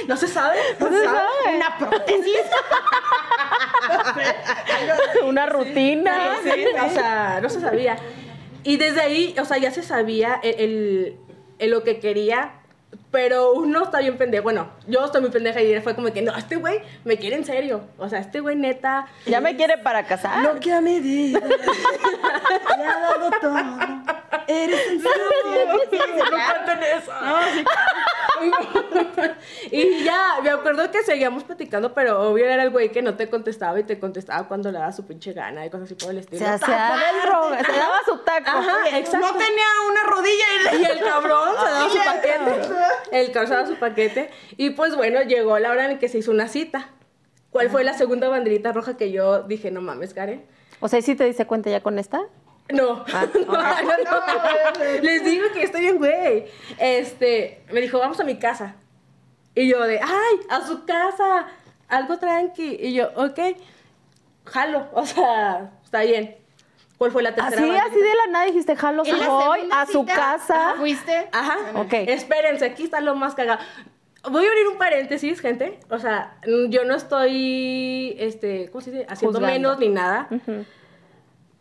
No se sabe. no se sabe. Una prótesis. Una rutina. Sí, o sea, no se sabía. Y desde ahí, o sea, ya se sabía el, el- el lo que quería, pero uno está bien pendejo. Bueno, yo estoy muy pendeja y fue como que, no, este güey me quiere en serio. O sea, este güey neta... Ya me quiere para casar. Lo que a mi vida le ha dado todo. Eres Y ya, me acuerdo que seguíamos platicando, pero obvio era el güey que no te contestaba y te contestaba cuando le daba su pinche gana y cosas así por el O estilo. sea, se daba el droga, se daba su taco. ah, Ajá, exacto. No tenía una rodilla y Y el cabrón se daba su paquete. El cabrón se daba su paquete. Y pues bueno, llegó la hora en que se hizo una cita. ¿Cuál fue la segunda banderita roja que yo dije, no mames, Karen? O sea, ¿y si te diste cuenta ya con esta? No. Ah, No, no, no. Les digo que estoy bien, güey. Este, me dijo, vamos a mi casa. Y yo de, ay, a su casa, algo tranqui. Y yo, ok, jalo, o sea, está bien. ¿Cuál fue la tercera Así, banderita? así de la nada dijiste, jalo, En la voy segunda a su cita, casa. Ah, ¿Fuiste? Ajá. Ok. Espérense, aquí está lo más cagado. Voy a abrir un paréntesis, gente. O sea, mm, yo no estoy, este, ¿cómo se dice? Haciendo Juzgando. menos ni nada. Ujú.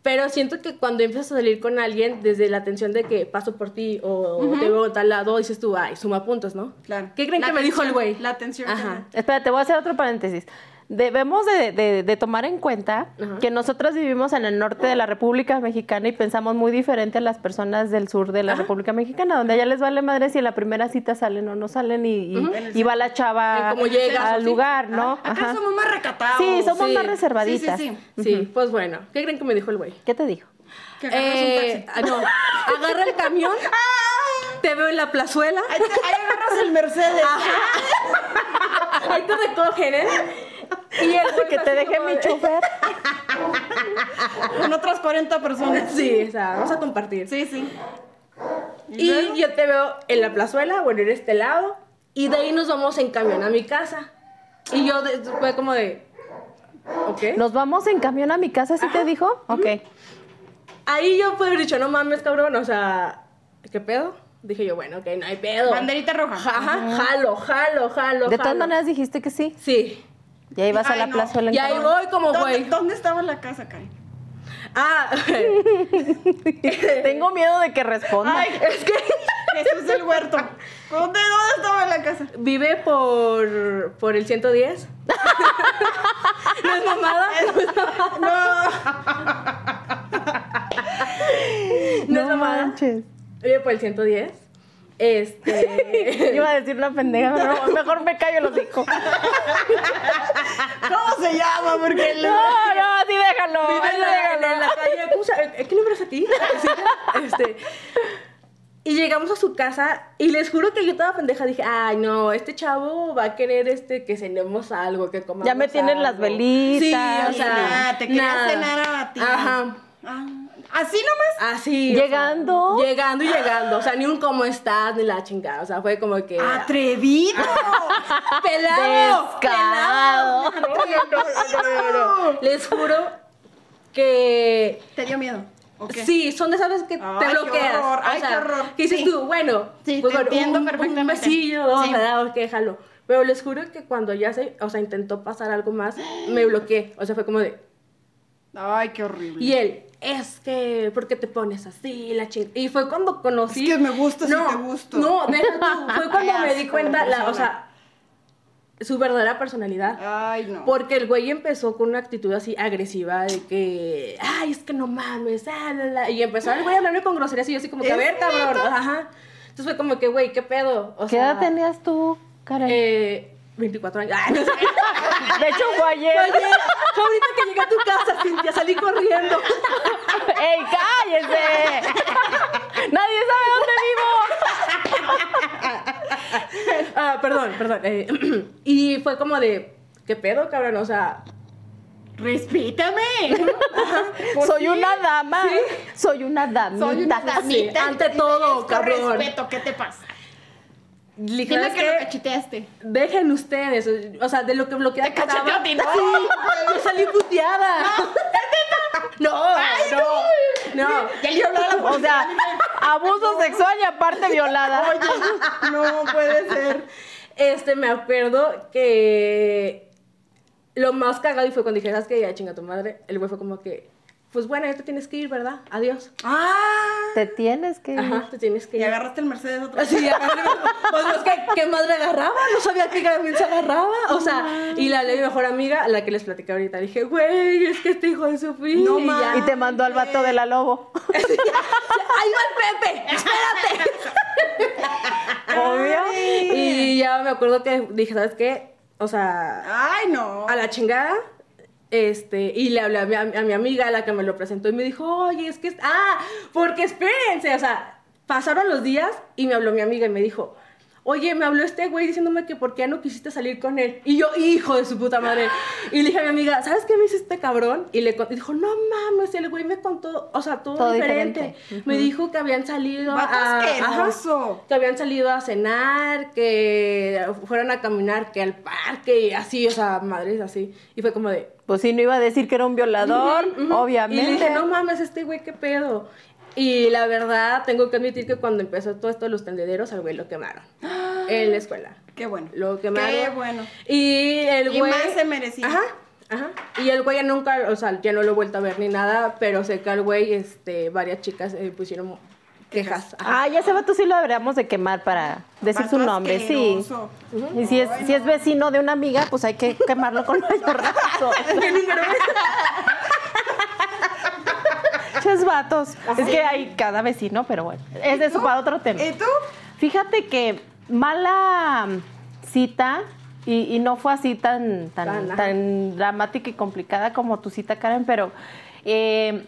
Pero siento que cuando empiezas a salir con alguien, desde la atención de que paso por ti o te veo en tal lado, dices tú, ay, suma puntos, ¿no? Claro. ¿Qué creen La que me dijo el atención, güey? la atención que Ajá. Espérate, voy a hacer otro paréntesis. debemos de, de- de tomar en cuenta que nosotras vivimos en el norte de la República Mexicana y pensamos muy diferente a las personas del sur de la República Mexicana, donde allá les vale madre si en la primera cita salen o no salen y, y- y va la chava Y cómo llegas, al así. lugar, ¿no? Acá Ajá. Ah, somos más recatados. Sí, somos Sí. más Sí, sí, reservaditas. Sí, sí, Sí, pues bueno. ¿Qué creen que me dijo el güey? ¿Qué te dijo? sí. Que agarras un Eh, taxi. Ah. ah, no, agarra el camión, te veo en la plazuela, Ahí, te- ahí agarras el Mercedes. ahí te recogen, ¿eh? Y el güey Que así te deje como mi de- chofer. Con otras 40 personas. Sí, o sea, vamos a compartir. Sí, sí. Y yo te veo en la plazuela, bueno, en este lado, y de ahí nos vamos en camión a mi casa. Y yo de- fue como de, ¿ok? ¿Nos vamos en camión a mi casa? ¿Sí te dijo? Ok. Ahí yo puedo haber dicho, no mames, cabrón, o sea, ¿qué pedo? Dije yo, bueno, ok, no hay pedo. Banderita roja. Ajá, jalo, jalo, jalo. De todas jalo. maneras dijiste que sí. Sí. Ya ibas a Ay, la no. plazuela en Y ahí camión. voy como ¿Dónde, güey. dónde estaba la casa, Karen? Ah, Tengo miedo de que responda. Ay, es que Jesús del Huerto. ¿Dónde, dónde estaba la casa? vive por, por el 110. no es mamada. No, no es mamada. manches. Vive por el 110. Este. Iba a decir una pendeja, pero no, mejor me callo los hijos. ¿Cómo se llama? Porque el- No, no, así déjalo. vive así en la, déjalo. en la calle. ¿cómo se- ¿Qué número es a ti? Este. Y llegamos a su casa y les juro que yo toda pendeja dije, ay no, este chavo va a querer este que cenemos algo, que comamos Ya me tienen las algo". velitas. Sí, o sea, Ah, te quería nada. cenar a ti. Ajá. Ah, ¿Así nomás? Así. o sea, Llegando. llegando y llegando. O sea, ni un cómo estás, ni la chingada. O sea, fue como que. Ah, ¡Atrevido! ¡Pelado! Descarado. ¡Pelado! No, no, no, no, no. Les juro que. ¿Te dio miedo? ¿O qué? Sí, son de esas veces que Ay, te qué bloqueas. horror, o ay, sea, qué horror. Que dices Sí. tú, bueno, Sí, pues te bueno, entiendo un, un perfectamente. besillo, dos, Sí. ¿verdad? Ok, jalo. Pero les juro que cuando ya se, o sea, intentó pasar algo más, me bloqueé. O sea, fue como de, Ay, qué horrible. Y él, es que, ¿por qué te pones así? La ching y fue cuando conocí. Es que me gustas y te gusto. No, deja tú. Fue cuando Qué me di asco cuenta, de la, o persona. sea, su verdadera personalidad. Ay, no. Porque el güey empezó con una actitud así agresiva de que, ay, es que no mames, ah, la, la", Y empezó el güey a hablarme con groserías y yo así como que, a ¿Es ver, cabrón. Ajá. Entonces fue como que, güey, ¿qué pedo? O ¿Qué sea, edad tenías tú, Karen? Eh, 24 años. Ay, no sé. de hecho, fue ayer. Oye, yo ahorita que llegué a tu casa, Cintia, salí corriendo. ¡Ey, cállese! Nadie sabe dónde vivo. Ah, perdón, perdón. eh, y fue como de, ¿qué pedo, cabrón? O sea, ¡Respítame! Soy una dama. Soy una damita. Pues Soy una damita. ante todo, Con cabrón. respeto, ¿qué te pasa? le dije, Dime "¿Sabes que qué? lo cacheteaste. Dejen ustedes, o sea, de lo que bloqueé Te cacheteó a ti, ¿no? yo salí puteada. No, no, no. Ya le habló a la O sea, abuso sexual y aparte violada. No puede ser. Este, me acuerdo que lo más cagado y fue cuando dije, ¿sabes qué? Ya chinga tu madre. El güey fue como que, pues bueno, ya te tienes que ir, ¿verdad? Adiós. ¡Ah! Te tienes que ir. Ajá, te tienes que Y ir. agarraste el Mercedes otra vez. Así, ya, pues es que, ¿qué madre agarraba? No sabía qué camión se agarraba. O sea, y la ley mejor amiga, la que les platicé ahorita, dije, güey, es que este hijo de su fin. No y ya. mames. Y te mandó al vato de la lobo. ¡Ahí va el Pepe! ¡Espérate! Obvio. Y ya me acuerdo que dije, ¿sabes qué? O sea, ¡Ay, no! a la chingada. Este, y le hablé a mi, a mi amiga, la que me lo presentó, y me dijo, oye, es que, es- ah, porque espérense, o sea, pasaron los días y me habló mi amiga y me dijo, oye, me habló este güey diciéndome que por qué ya no quisiste salir con él. Y yo, hijo de su puta madre. Y le dije a mi amiga, ¿sabes qué me hizo este cabrón? Y le con- y dijo, no mames, el güey me contó, o sea, todo, Todo diferente. Me dijo que habían salido Vato a- ah, ajá, asqueroso. que habían salido a cenar, que fueron a caminar, que al parque y así, o sea, madres así. Y fue como de. Pues sí, no iba a decir que era un violador, ujú, ujú. Y obviamente. le dije, no mames, este güey, qué pedo. Y la verdad, tengo que admitir que cuando empezó todo esto de los tendederos, al güey lo quemaron. En la escuela. ¡Qué bueno! Lo quemaron. ¡Qué bueno! Y el Y güey. más se merecía. Ajá. Ajá. Y el güey ya nunca, o sea, ya no lo he vuelto a ver ni nada, pero sé que al güey, este, varias chicas eh, pusieron quejas. Ajá. Ah, ya ese vato sí lo deberíamos de quemar para decir su Vato nombre, sí. asqueroso. Y si es, si es vecino de una amiga, pues hay que quemarlo con mayor razón. Ches vatos. Es que hay cada vecino, pero bueno. Es de ¿Y su tú? para otro tema. ¿Y tú? Fíjate que mala mm, cita, y, y no fue así tan, tan, Tan, ajá. tan dramática y complicada como tu cita, Karen, pero eh,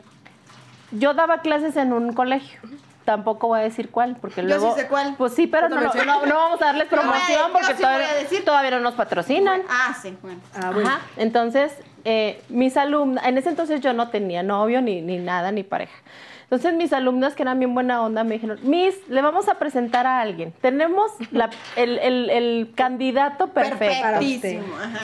yo daba clases en un colegio. Tampoco voy a decir cuál, porque Yo luego. sí sé cuál. Pues sí, pero Yo no, no, también no- no vamos a darles Yo voy a- promoción yo porque sí voy todavía, a decir. todavía no nos patrocinan. Ah, sí, bueno. Ah, bueno. Ajá. Entonces, eh, mis alumnas, en ese entonces yo no tenía novio ni, ni nada, ni pareja. Entonces, mis alumnas, que eran bien buena onda, me dijeron, Miss, le vamos a presentar a alguien. Tenemos la- el, el- el candidato perfecto. Perfectísimo, ajá.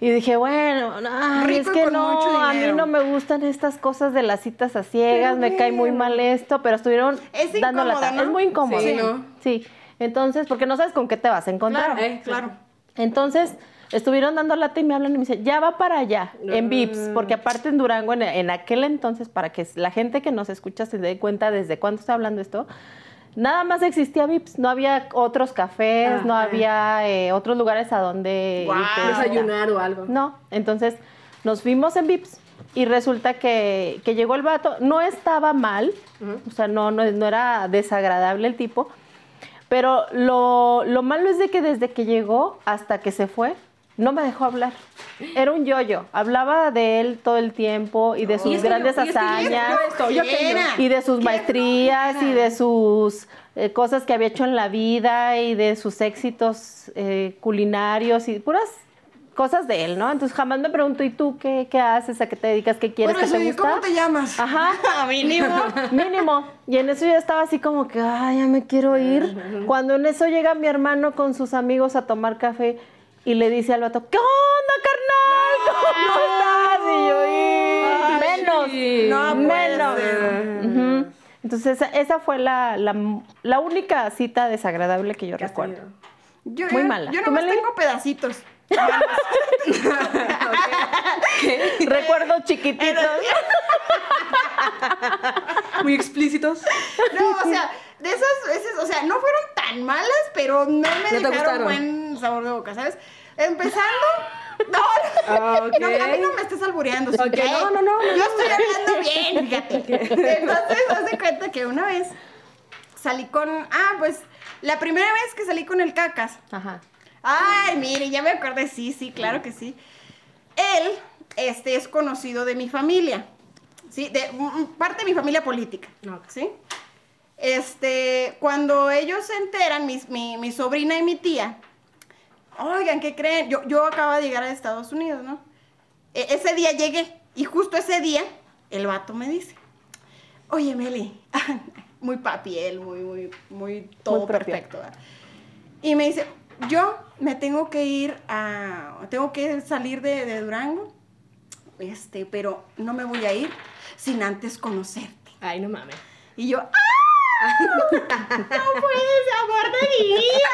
Y dije, bueno, no, Rico es y que con mucho no, a mí dinero. no me gustan estas cosas de las citas a ciegas, me cae muy mal esto, pero estuvieron Es dando la incómoda, ta- ¿no? Es muy incómodo. Sí, ¿no? Sí. Entonces, porque no sabes con qué te vas a encontrar. Claro, Eh, claro. Entonces, estuvieron dando lata y me hablan y me dicen, ya va para allá, en VIPS, porque aparte en Durango, en, en aquel entonces, para que la gente que nos escucha se dé cuenta desde cuándo está hablando esto, nada más existía VIPS, no había otros cafés, Ah, no ah. había eh, otros lugares a donde Guau. irte, etcétera. Desayunar o algo. No, entonces nos fuimos en VIPS y resulta que, que llegó el vato, no estaba mal, o sea, no, no, no era desagradable el tipo, pero lo, lo malo es de que desde que llegó hasta que se fue, no me dejó hablar. Era un yoyo, hablaba de él todo el tiempo y de sus es que yo- grandes y es que yo- hazañas yo esto, yo aquello. y de sus ¿Qué maestrías y flojera? de sus eh, cosas que había hecho en la vida y de sus éxitos eh, culinarios y puras cosas de él, ¿no? Entonces jamás me pregunto, ¿y tú qué, qué haces? ¿A qué te dedicas? ¿Qué quieres? Bueno, ¿Qué eso, te ¿y gusta? Ah, ¿cómo te llamas? Ajá. A mínimo. Mínimo. Y en eso yo estaba así como que, ay, ya me quiero ir. Cuando en eso llega mi hermano con sus amigos a tomar café y le dice al vato, ¿qué onda, carnal? ¿Cómo estás? Y yo, "Y, menos, No puede menos. ser. Ujú. Entonces esa, esa fue la, la, la única cita desagradable que yo ¿Qué has recuerdo. tenido? Yo, Muy yo- mala. Yo ¿Tú, nomás Meli? tengo pedacitos. Recuerdos chiquititos. Ah, Muy explícitos. No, o sea, de esas veces, o sea, no fueron tan malas, pero no me te dejaron gustaron? buen sabor de boca, ¿sabes? Empezando. No, Ah, ok. no, a mí no me estés albureando. sí, Ok, ¿eh? no, no, no, no, Yo estoy hablando bien, fíjate. Entonces, haz de cuenta que una vez salí con. Ah, pues la primera vez que salí con el cacas. Ajá. Ay, mire, ya me acordé, sí, sí, claro que sí. Él, este, es conocido de mi familia, ¿sí? De mm, mm, parte de mi familia política, Ok. ¿sí? Este, cuando ellos se enteran, mis- mi, mi sobrina y mi tía, oigan, ¿qué creen? Yo, yo acababa de llegar a Estados Unidos, ¿no? E- ese día llegué, y justo ese día, el vato me dice, oye, Meli, muy papi él, muy, muy, muy todo propio. perfecto, ¿verdad? Y me dice, yo me tengo que ir a, tengo que salir de, de Durango, este, pero no me voy a ir sin antes conocerte. Ay, no mames. Y yo, ¡ah! ¡No puedes, amor de mi vida!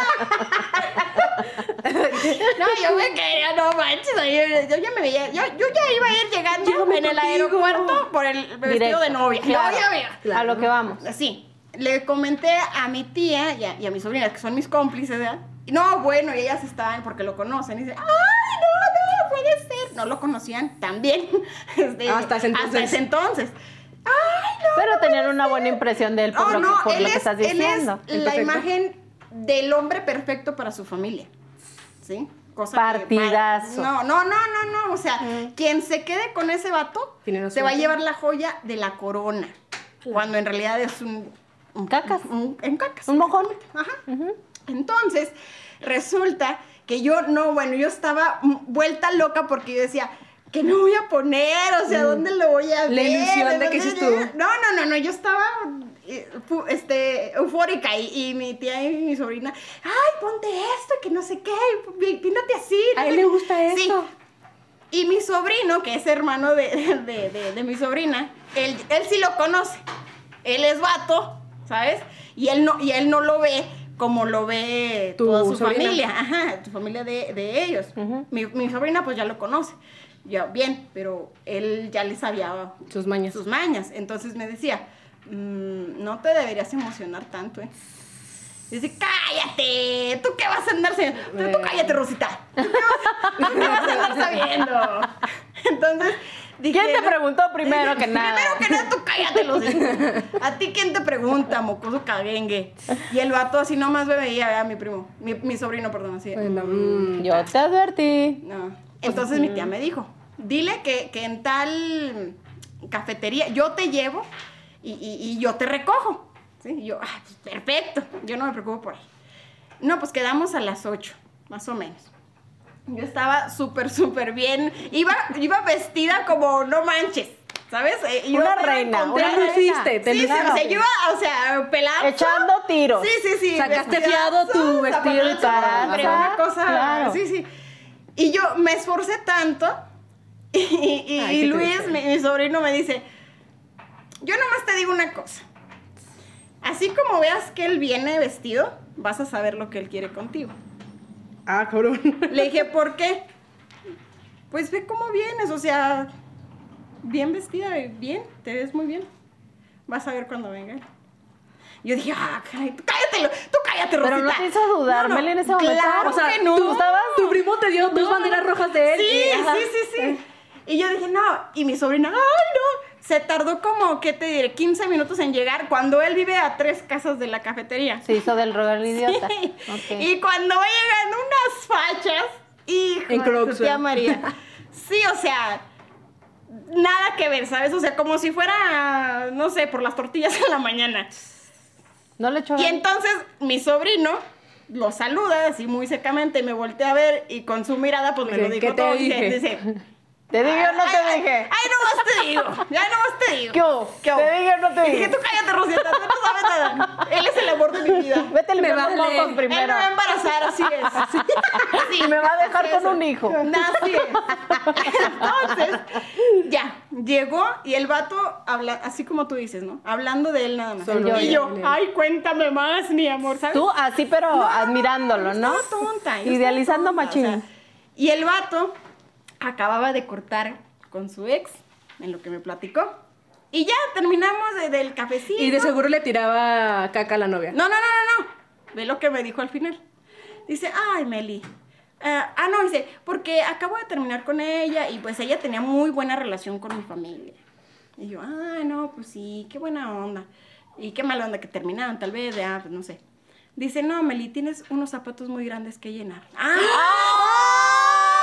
No, yo me quería, no manches, ahí, yo, ya me veía, yo, yo ya iba a ir llegando Llévame en el contigo. aeropuerto por el vestido Directo. de novia. Claro. No, ya veía. A lo que vamos. Sí, le comenté a mi tía y a, y a mis sobrinas, que son mis cómplices, ¿verdad? Y no, bueno, y ellas estaban porque lo conocen. Y dicen, ¡ay, no, no, puede ser! No lo conocían también. Este, Hasta ese entonces. Hasta ese entonces. ¡Ay, no! Pero tener una buena impresión de él por Oh, lo, que- no, por él lo que es- estás él es diciendo. la perfecto. imagen del hombre perfecto para su familia. ¿Sí? Cosa que- Partidazo. Mm. no, no, no, no, no. O sea, quien se quede con ese vato Tiene la se va a suerte. llevar la joya de la corona. Cuando en realidad es un. un Cacas. un- en cacas. Un mojón. Ajá. Entonces, resulta que yo no, bueno, yo estaba mm, vuelta loca porque yo decía, ¿qué me voy a poner? O sea, ¿dónde lo voy a Mm. La ver? ilusión de que ¿Dónde- sí estuvo. No, no, no, no, yo estaba eh, fu- este, eufórica y, y mi tía y mi sobrina, ay, ponte esto, que no sé qué, y píntate así. no A sé él le qué". gusta Sí, esto. y mi sobrino, que es hermano de, de- de- de mi sobrina, él, él sí lo conoce. Él es vato, ¿sabes? Y él no, y él no lo ve como lo ve Tu toda su sobrina. familia. Ajá, tu familia de, de ellos. mi, mi sobrina pues ya lo conoce. Ya, bien, pero él ya le sabía Sus mañas. sus mañas. Entonces me decía, mm, no te deberías emocionar tanto, ¿eh? Y dice, cállate, ¿tú qué vas a andar sabiendo? Pero tú cállate, Rosita. ¿Tú qué vas, tú qué vas a andar sabiendo? Entonces, dije... ¿Quién te no- preguntó primero que nada? Primero que nada, tú cállate, los ¿A ti quién te pregunta, mocoso caguengue? Y el vato así nomás me veía, a mi primo, mi, mi sobrino, perdón, así. Mm. mm. Yo te advertí. No. Entonces mi Mm. tía me dijo, dile que, que en tal cafetería yo te llevo y, y- y yo te recojo. ¿Sí? Y yo, "Ah, pues, perfecto, yo no me preocupo por ahí. No, pues quedamos a las 8, más o menos. Yo estaba súper, súper bien. Iba, iba vestida como no manches. ¿Sabes? Eh, yo Una era reina, una contraria. luciste, te sí, sí, luciste. o sea, yo iba, o sea, pelada. Echando tiros. Sí, sí, sí. Sacaste vestidazo, fiado tu vestido y zapatazo, para- hombre, ajá, Una cosa. claro. Sí, sí. Y yo me esforcé tanto. Y, y- Ay, y qué Luis, triste. mi, mi sobrino, me dice: Yo nomás te digo una cosa. Así como veas que él viene vestido, vas a saber lo que él quiere contigo. Ah, cabrón. Le dije, ¿por qué? Pues ve cómo vienes, o sea, bien vestida, bien, te ves muy bien. Vas a ver cuando venga. él. Yo dije, ah, caray, tú cállate, lo- tú cállate, Pero Rosita. no te hizo dudar, No, no, Meli, en ese momento. Claro O sea, que no. tú estabas, tu primo te dio dos banderas rojas de él. Sí, y- ajá. sí, sí, Eh. sí. Y yo dije, no, y mi sobrina, ay, no. Se tardó como, ¿qué te diré? 15 minutos en llegar cuando él vive a tres casas de la cafetería. Se hizo del rogar el idiota. Sí. Ok. Y cuando llegan unas fachas, hijo En de su Crocs, tía ¿verdad? María. Sí, o sea, nada que ver, ¿sabes? O sea, como si fuera, no sé, por las tortillas en la mañana. No le echó Y ganas. entonces mi sobrino lo saluda así muy secamente, me voltea a ver y con su mirada pues me lo Dice, dijo "¿Qué te todo. Dice- dije?" dice, Te digo o no te ay, dije. Ay, no te digo. Ay, no te digo. ¿Qué hubo? ¿Qué hubo? Te dije o no te Y dije, dije. tú cállate, Rosita, tú no sabes nada. Él es el amor de mi vida. Vete a limpiar vale. los mocos Él me primero. va a embarazar, así es. Así, Y me va a dejar así es. con un hijo. Así es. Entonces, ya, llegó y el vato habla, así como tú dices, ¿no? Hablando de él nada más. Solo de y yo, él. ay, cuéntame más, mi amor, ¿sabes? Tú así, pero admirándolo, ¿no? Estaba tonta, yo Idealizando estaba tonta, o machín. sea, y el vato acababa de cortar con su ex, en lo que me platicó. Y ya terminamos de- del cafecito. Y de seguro le tiraba caca a la novia. No, no, no, no, no. Ve lo que me dijo al final. Dice, ay, Meli. ah, ah, no, dice, porque acabo de terminar con ella y pues ella tenía muy buena relación con mi familia. Y yo, ay, no, pues sí, qué buena onda. Y qué mala onda que terminaron, tal vez, ah, pues no sé. Dice, no, Meli, tienes unos zapatos muy grandes que llenar. ¡Ah!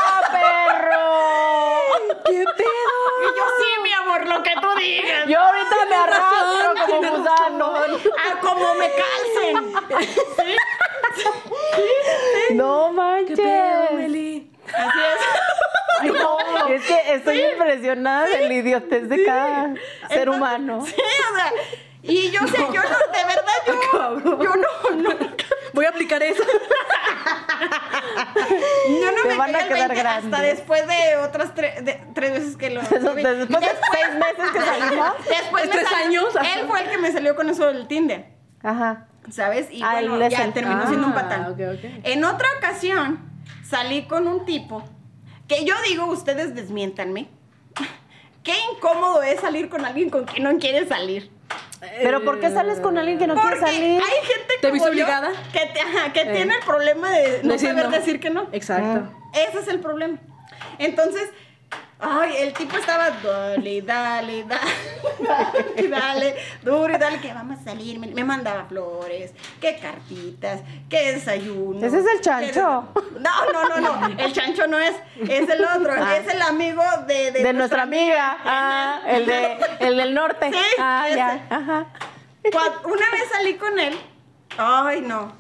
¡Ah, perro! ¡Qué pedo! Y yo, sí, mi amor, lo que tú digas. Yo ahorita me arrastro como gusano. Ah, como me calcen. Sí, No ¡Qué manches. pedo, Meli! Así es. No, es que estoy impresionada del idiotez de cada ser Entonces, humano. Sí, o sea, y yo sé, yo no, de verdad, yo, yo no, no, Voy a aplicar eso. yo no Te me van a caí el quedar 20 grande. hasta después de otras tre- de- tres veces que lo Eso, vi. Después de seis meses que salimos. Después me tres salió- años, ajá. él fue el que me salió con eso del Tinder, Ajá. ¿sabes? Y Ah, bueno, él es ya el- terminó ah, siendo un patán. ok, ok. En otra ocasión salí con un tipo que yo digo, ustedes desmiéntanme. Qué incómodo es salir con alguien con quien no quieres salir. Pero ¿por qué sales con alguien que no quiere Porque salir? hay gente ¿Te como viste yo obligada? que, te- ajá, Eh. que tiene el problema de no Decir saber no. decir que no. Ah. Exacto. Ese es el problema. Entonces, ay, el tipo estaba dale, dale, dale, dale, duro y dale, que vamos a salir. Me, me mandaba flores, que cartitas, que desayuno. Ese es el que- chancho. No, no, no, no. El chancho no es. Es el otro. Es el amigo de, Ah. De nuestra amiga. Ah, el, de, el del norte. Sí, Ah, ya. ese. Ajá. Cuando- una vez salí con él. Ay, no.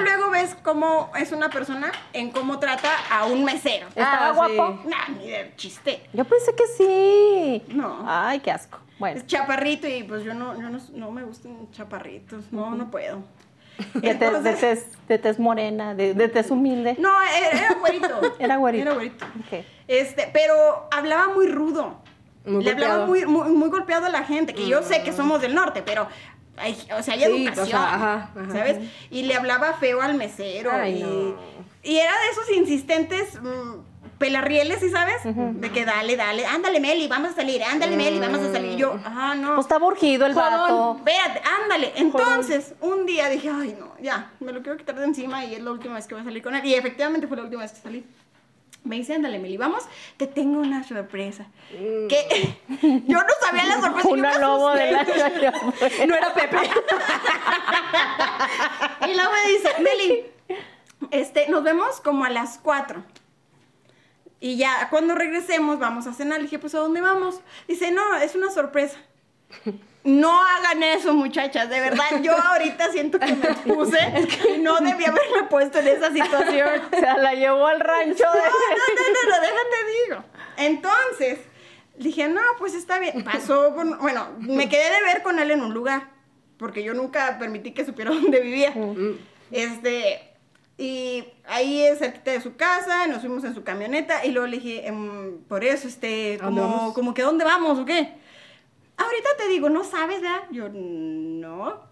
Luego, luego ves cómo es una persona en cómo trata a un mesero. Estaba Ah, sí. guapo. Nah, ni de chiste. Yo pensé que sí. No. Ay, qué asco. Bueno, Es chaparrito y pues yo no, yo no, no me gustan chaparritos. No, no puedo. de tez, de Entonces- tez- de tez morena, de, de tez humilde. No, era, era güerito. Era güerito. Era güerito. Ok. Este, pero hablaba muy rudo. Muy Le hablaba golpeado. Mm. muy, muy, muy golpeado a la gente, que yo sé que somos del norte, pero hay- o sea, hay Sí, educación, o sea, ajá, ajá. ¿sabes? Y le hablaba feo al mesero Ay, y, no. y era de esos insistentes mm, pelarrieles, ¿sí sabes? De que dale, dale, ándale, Meli, vamos a salir, ándale, Meli, vamos a salir. Y yo, ah, no. Pues estaba urgido el Jodón, vato. espérate, ándale. Entonces, un día dije, ay, no, ya, me lo quiero quitar de encima y es la última vez que voy a salir con él. Y efectivamente fue la última vez que salí. Me dice, ándale, Meli, vamos, te tengo una sorpresa. Que yo no sabía la sorpresa. yo Mm. Una me lobo asusté. de la No era Pepe. y luego me dice, Meli, este, nos vemos como a las 4. Y ya cuando regresemos vamos a cenar. Le dije, pues ¿a dónde vamos? Dice, no, es una sorpresa. No hagan eso, muchachas. De verdad, yo ahorita siento que me puse. y no debía haberme puesto en esa situación. O sea, la llevó al rancho No, de... no, no, no, no, déjate digo. Entonces, dije, no, pues está bien. Pasó con, bueno, me quedé de ver con él en un lugar, porque yo nunca permití que supiera dónde vivía. Este, y ahí es cerquita de su casa, nos fuimos en su camioneta, y luego le dije, em, por eso, este, como, como que dónde vamos o qué. Ahorita te digo, ¿no sabes, verdad? Yo, no,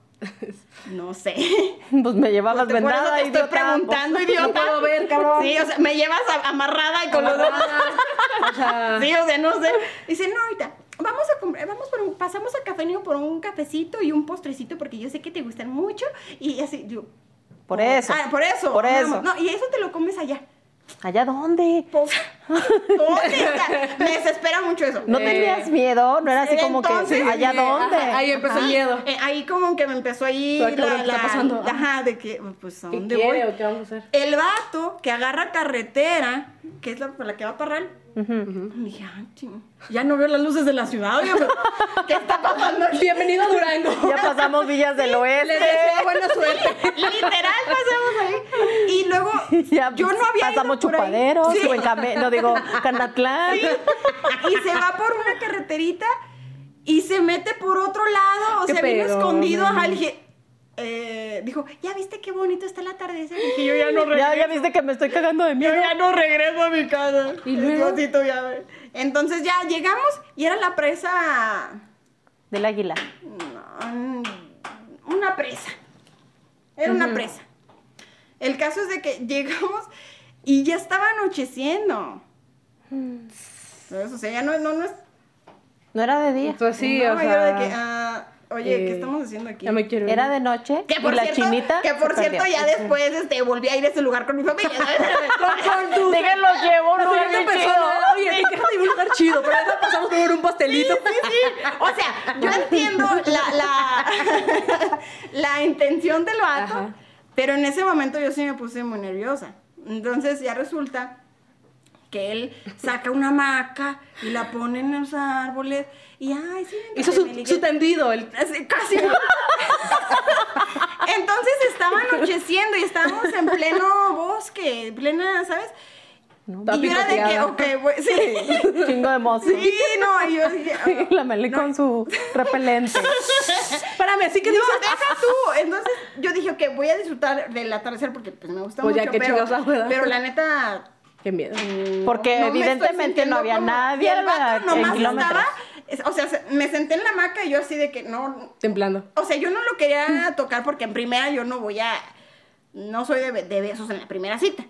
no sé. Pues me llevabas Por eso vendada pues. te y estoy preguntando, idiota. puedo ver, cabrón. Sí, o sea, me llevas a- amarrada y con los dos. O sea, Sí, o sea, no sé. Dice, no, ahorita. Vamos a comprar, vamos por un, pasamos a Cafenio por un cafecito y un postrecito porque yo sé que te gustan mucho. Y así, digo, Por eso. Ah, por eso. Por vamos. eso. No, y eso te lo comes allá. ¿Allá dónde? Pues, ¿dónde está? Me desespera mucho eso. ¿No Eh, tenías miedo? ¿No era así como entonces, que allá eh, dónde? ajá, ahí empezó el miedo. Eh, ahí como que me empezó ahí Ah, cabrón, ¿qué está pasando? Ajá, de que, pues, ¿a ¿Qué dónde voy? quiere o qué vamos a hacer? El vato que agarra carretera, que es la, por la que va a Parral, dije, "Ah, ching, ya no veo las luces de la ciudad, oye, pero, ¿qué está pasando aquí? Bienvenido a Durango. Ya pasamos Villas del Les Oeste. deseo buena suerte. Literal pasamos ahí. Y luego Ya pues, yo no había ido pasamos por ahí. chupaderos, Sí. Cuencame- no digo Canatlán. Y se va por una carreterita y se mete por otro lado. O Qué sea, vino pedo, escondido. no Ajá, le dije, eh, dijo, ¿ya viste qué bonito está el atardecer? Y dije, yo ya no regreso. Ya, ya viste que me estoy cagando de Yo miedo. ya no regreso a mi casa. ¿Y luego? Diosito, ya ve. Entonces ya llegamos y era la presa. Del águila. no, Una presa. Era una presa. El caso es de que llegamos y ya estaba anocheciendo. Mm. ¿Sabes? O sea, ya no, no, no es. No era de día. Pues sí, no, o yo sea. era de que, ah, oye, ¿qué eh, estamos haciendo aquí? Ya me quiero ir. Era de noche. Que por y la cierto, chinita. que por se cierto perdió. ya después este, volví a ir a ese lugar con mi familia. ¿sabes? Sí que los llevó a un La lugar siguiente bien persona, chido. Oye, te quedas en un lugar chido, pero ahora pasamos por un pastelito. O sea, yo entiendo la, la, la intención del vato, Ajá. pero en ese momento yo sí me puse muy nerviosa. Entonces ya resulta que él saca una hamaca y la pone en los árboles y ay, sí, venga, Hizo que su, me ligues. su tendido. El... Así, Casi. Entonces estaba anocheciendo y estábamos en pleno bosque, plena, ¿sabes? Toda y yo era de que, picoteada. ok, voy- sí. Chingo de mozo. Sí, no, y yo dije, ah, La Meli con su repelente. Espérame, sí que No, dices. "Pues deja tú. Entonces yo dije, ok, voy a disfrutar del atardecer porque pues me gusta Pues ya, mucho. qué pero, chingados hago, ¿verdad? pero la neta. Qué miedo. Porque no me estoy evidentemente sintiendo no había cómoda. nadie Y el a- vato en nomás kilómetros. estaba. es- O sea, se- me senté en la hamaca y yo así de que no. Templando. O sea, yo no lo quería tocar porque en primera yo no voy a. No soy de, be- de besos en la primera cita.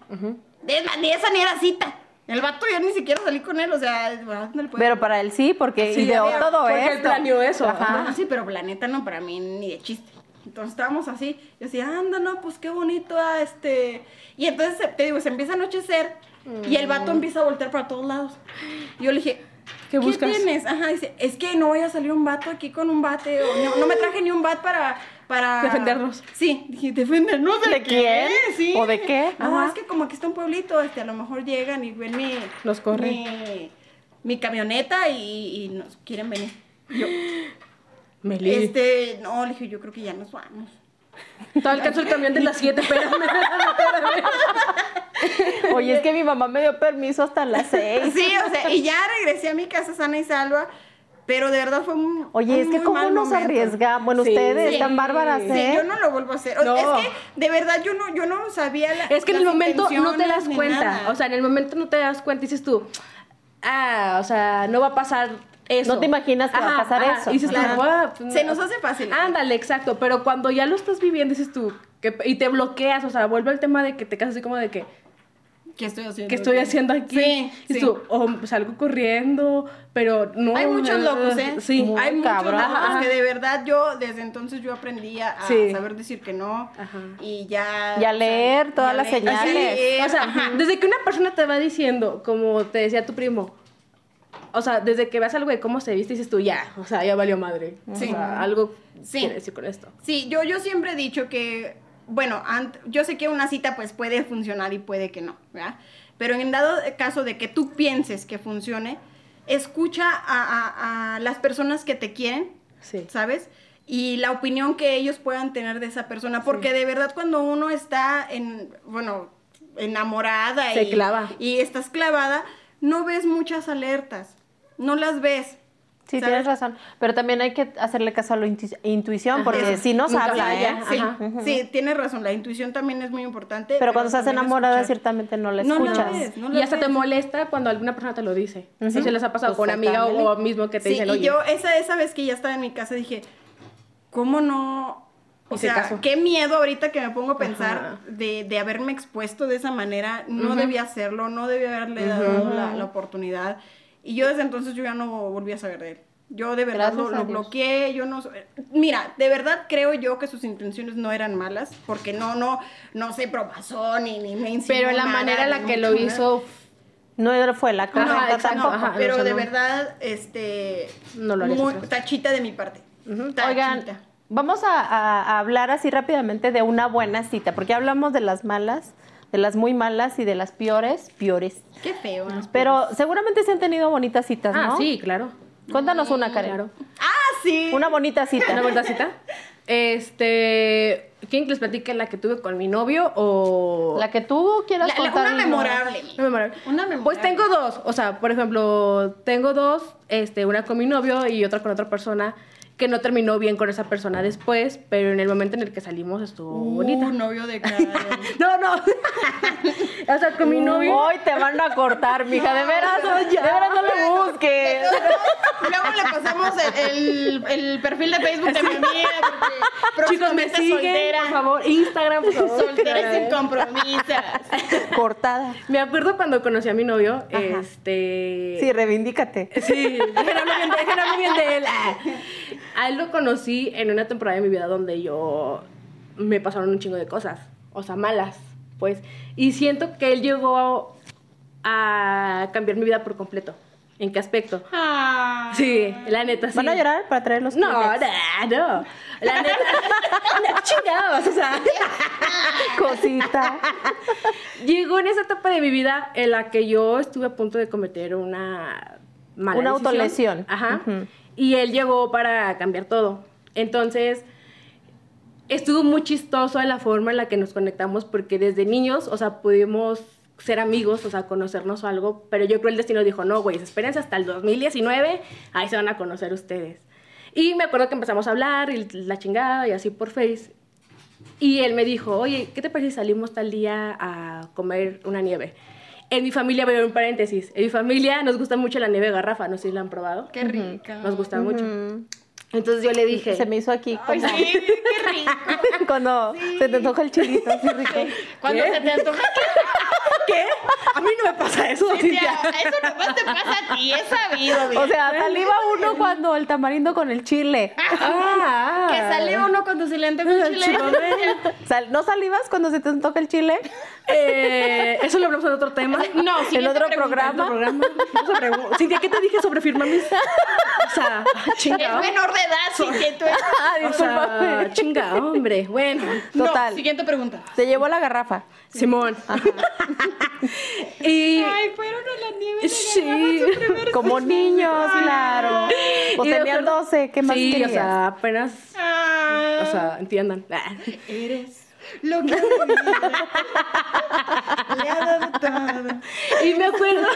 De- ni esa ni era cita. El vato yo ni siquiera salí con él, o sea, ándale, pues. Pero para él sí, porque Sí, ideó había- todo porque él esto. planeó eso. Ajá. Bueno, sí, pero la neta no, para mí ni de chiste. Entonces estábamos así, yo decía, anda, no, pues qué bonito, ah, este... Y entonces, se- te digo, se empieza a anochecer y el vato empieza a voltear para todos lados. Y yo le dije, ¿qué, buscas? tienes? Ajá, dice, es que no voy a salir un vato aquí con un bate, o no, no me traje ni un bat para... para... Defendernos. Sí, dije, defendernos de, ¿De qué? quién? Sí. ¿O de qué? No, Ajá. es que como aquí está un pueblito, este, a lo mejor llegan y ven mi... Los corren. Mi, mi camioneta y, y nos quieren venir. Yo, Meli. este, no, le dije, yo creo que ya nos vamos. Todo alcanzó el camión de las 7, espérame. Oye, es que mi mamá me dio permiso hasta las seis. Sí, o sea, y ya regresé a mi casa sana y salva, pero de verdad fue un. Oye, un es que muy cómo mal nos momento. arriesgamos. Bueno, Sí. ustedes Sí. tan bárbaras, Sí, ¿eh? yo no lo vuelvo a hacer. O- No. Es que de verdad yo no, yo no sabía la- Es que en el las momento no te intenciones das ni cuenta. nada. O sea, en el momento no te das cuenta y dices tú, ah, o sea, no va a pasar eso. No te imaginas que va a pasar eso. Y dices tú, Claro. "Guau, pues, Se no". nos hace fácil. Ándale, exacto. Pero cuando ya lo estás viviendo, dices tú, que- y te bloqueas, o sea, vuelve al tema de que te casas así como de que. ¿Qué estoy haciendo? ¿Qué estoy haciendo aquí? Sí, y sí. tú, o salgo corriendo, pero no. Hay muchos eh, locos, ¿eh? Sí, Muy hay muchos cabrón. locos Ajá. que de verdad yo, desde entonces yo aprendí a, a Sí. saber decir que no Ajá. y ya... Y a o sea, leer y todas a las leer, Así, señales. leer, o sea, ajá. desde que una persona te va diciendo, como te decía tu primo, o sea, desde que ves algo de cómo se viste, dices tú, ya, o sea, ya valió madre. Sí. O sea, algo Sí. quiere decir con esto. Sí, yo, yo siempre he dicho que, bueno, ant- yo sé que una cita pues puede funcionar y puede que no, ¿verdad? Pero en dado caso de que tú pienses que funcione, escucha a, a- a las personas que te quieren, Sí. ¿sabes? Y la opinión que ellos puedan tener de esa persona, porque de verdad cuando uno está en, bueno, enamorada Se y, clava. y estás clavada, no ves muchas alertas, no las ves. Sí, ¿sabes? tienes razón. Pero también hay que hacerle caso a la intu- intuición, Ajá. porque Eso. Ah, sí nos Nunca habla, falla. ¿eh? Sí, Ajá. sí, tienes razón, la intuición también es muy importante. Pero cuando estás también enamorada, escuchar. ciertamente no la No la escuchas. ves. No y lo hasta ves. te molesta cuando alguna persona te lo dice. Si se les ha pasado con una amiga o, o mismo que te Sí, dicen, y oye, yo esa, esa vez que ya estaba en mi casa dije, ¿cómo no? O Hice sea, caso. qué miedo ahorita que me pongo a pensar Ajá. de, de haberme expuesto de esa manera. No debía hacerlo, no debía haberle dado la, la oportunidad. Y yo desde entonces yo ya no volví a saber de él. Yo de verdad lo, Gracias a lo Dios. bloqueé, yo no... so- Mira, de verdad creo yo que sus intenciones no eran malas, porque no, no, no se propasó ni, ni me insinuó pero la nada, manera en la ni que mucho lo menos. hizo No fue la No, correcta exacto, tampoco. ajá. pero o sea, de no. verdad, este. No lo harías muy- otra vez. Tachita de mi parte. Tachita. Oigan, vamos a, a- a hablar así rápidamente de una buena cita, porque ya hablamos de las malas, de las muy malas y de las peores, peores. Qué feo. ¿no? Pero seguramente se han tenido bonitas citas, Ah, ¿no? sí, claro. Cuéntanos una, Karen. Claro. Ah, sí. Una bonita cita. ¿Una bonita cita? Este. ¿Quieren que les platique la que tuve con mi novio o.? La que tú quieras La- la- contar. una ¿no? memorable. Una memorable. Una memorable. Pues tengo dos. O sea, por ejemplo, tengo dos. Este, una con mi novio y otra con otra persona que no terminó bien con esa persona después, pero en el momento en el que salimos estuvo Uh, bonita. novio de Karen. No, no. o sea, con mi novio. Hoy te van a cortar, mija, de veras, de veras no le busques. Luego le pasamos el, el- el perfil de Facebook de mi amiga. porque Chicos, me próximamente siguen, por Soltera. favor, Instagram, por favor. Soltera y sin compromisas. Cortada. Me acuerdo cuando conocí a mi novio, este... Sí, reivindícate. Sí, déjenme hablar bien, déjenme hablar bien de él. Ah. A él lo conocí en una temporada de mi vida donde yo me pasaron un chingo de cosas, o sea, malas, pues. Y siento que él llegó a cambiar mi vida por completo. ¿En qué aspecto? Ah. Sí, la neta, sí. ¿Van a llorar para traer los No, Kleenex? no, no. La neta, no, chingados, o sea. Cosita. Llegó en esa etapa de mi vida en la que yo estuve a punto de cometer una mala Una decisión. autolesión. Ajá. Ujú. Y él llegó para cambiar todo. Entonces, estuvo muy chistoso la forma en la que nos conectamos porque desde niños, o sea, pudimos ser amigos, o sea, conocernos o algo, pero yo creo el destino dijo, no, güey, espérense hasta el 2019, ahí se van a conocer ustedes. Y me acuerdo que empezamos a hablar y la chingada y así por Face. Y él me dijo, oye, ¿qué te parece si salimos tal día a comer una nieve? En mi familia, voy a abrir un paréntesis, en mi familia nos gusta mucho la nieve de garrafa, no sé si la han probado. Qué rica. Nos gusta mucho. Entonces yo le dije... Se me hizo aquí Ay, como sí, qué rico. cuando se te toca el chilito así rico. Cuando se te antoja que ¿Qué? A mí no me pasa eso, te- Eso nomás te pasa a ti, es sabido. O mira. sea, saliva uno cuando el tamarindo con el chile. Ah, Que sale uno cuando se le antoja un chile. Sal- ¿No salivas cuando se te toca el chile? Eh, eso lo hablamos en otro tema. No, ¿En siguiente otro pregunta. programa? No se pregun- Cintia, ¿qué te dije sobre firmar mis? O sea, Es chingado. menor de edad, sí que tú eres- Ah, O disculpa. sea, chinga, hombre. Bueno, No, Total. siguiente pregunta. Se llevó la garrafa. Simón. Y Ay, fueron a la nieve. de sí. Como niños, claro. O Y de tenían acuerdo- 12, ¿qué más sí, querías? o sea, apenas, Gaga. o sea, entiendan. Ah. eres lo que mi vida le ha dado todo. Y me acuerdo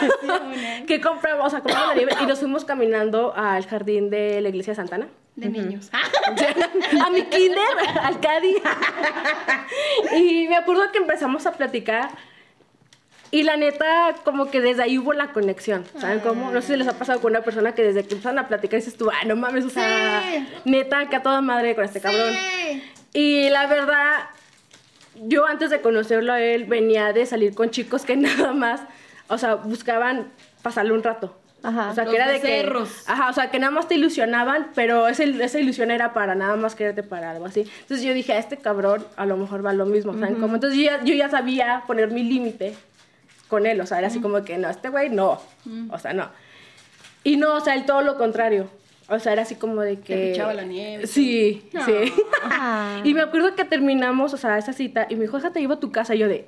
que compramos, o sea, compramos la nieve y nos fuimos caminando al jardín de la iglesia de Santana. De niños. a mi kinder, al Cadi. y me acuerdo que empezamos a platicar. Y la neta, como que desde ahí hubo la conexión. ¿Saben cómo? No sé si les ha pasado con una persona que desde que empiezan a platicar dices tú, ah, no mames, o sea, Sí. neta, que a toda madre con este cabrón. Sí. Y la verdad, yo antes de conocerlo a él venía de salir con chicos que nada más, o sea, buscaban pasarle un rato. Ajá. O sea, Los que era de que, becerros. ajá, o sea, que nada más te ilusionaban, pero esa, il- esa ilusión era para nada más quererte para algo así. Entonces yo dije, a este cabrón a lo mejor va lo mismo, ¿saben cómo? Entonces yo ya, yo ya sabía poner mi límite con él, o sea, era así como que, no, este güey no, o sea, no. Y no, o sea, él todo lo contrario. O sea, era así como de que... pichaba la nieve. Sí, sí. Ah. y me acuerdo que terminamos, o sea, esa cita, y me dijo, déjate, llevo a tu casa. Y yo de,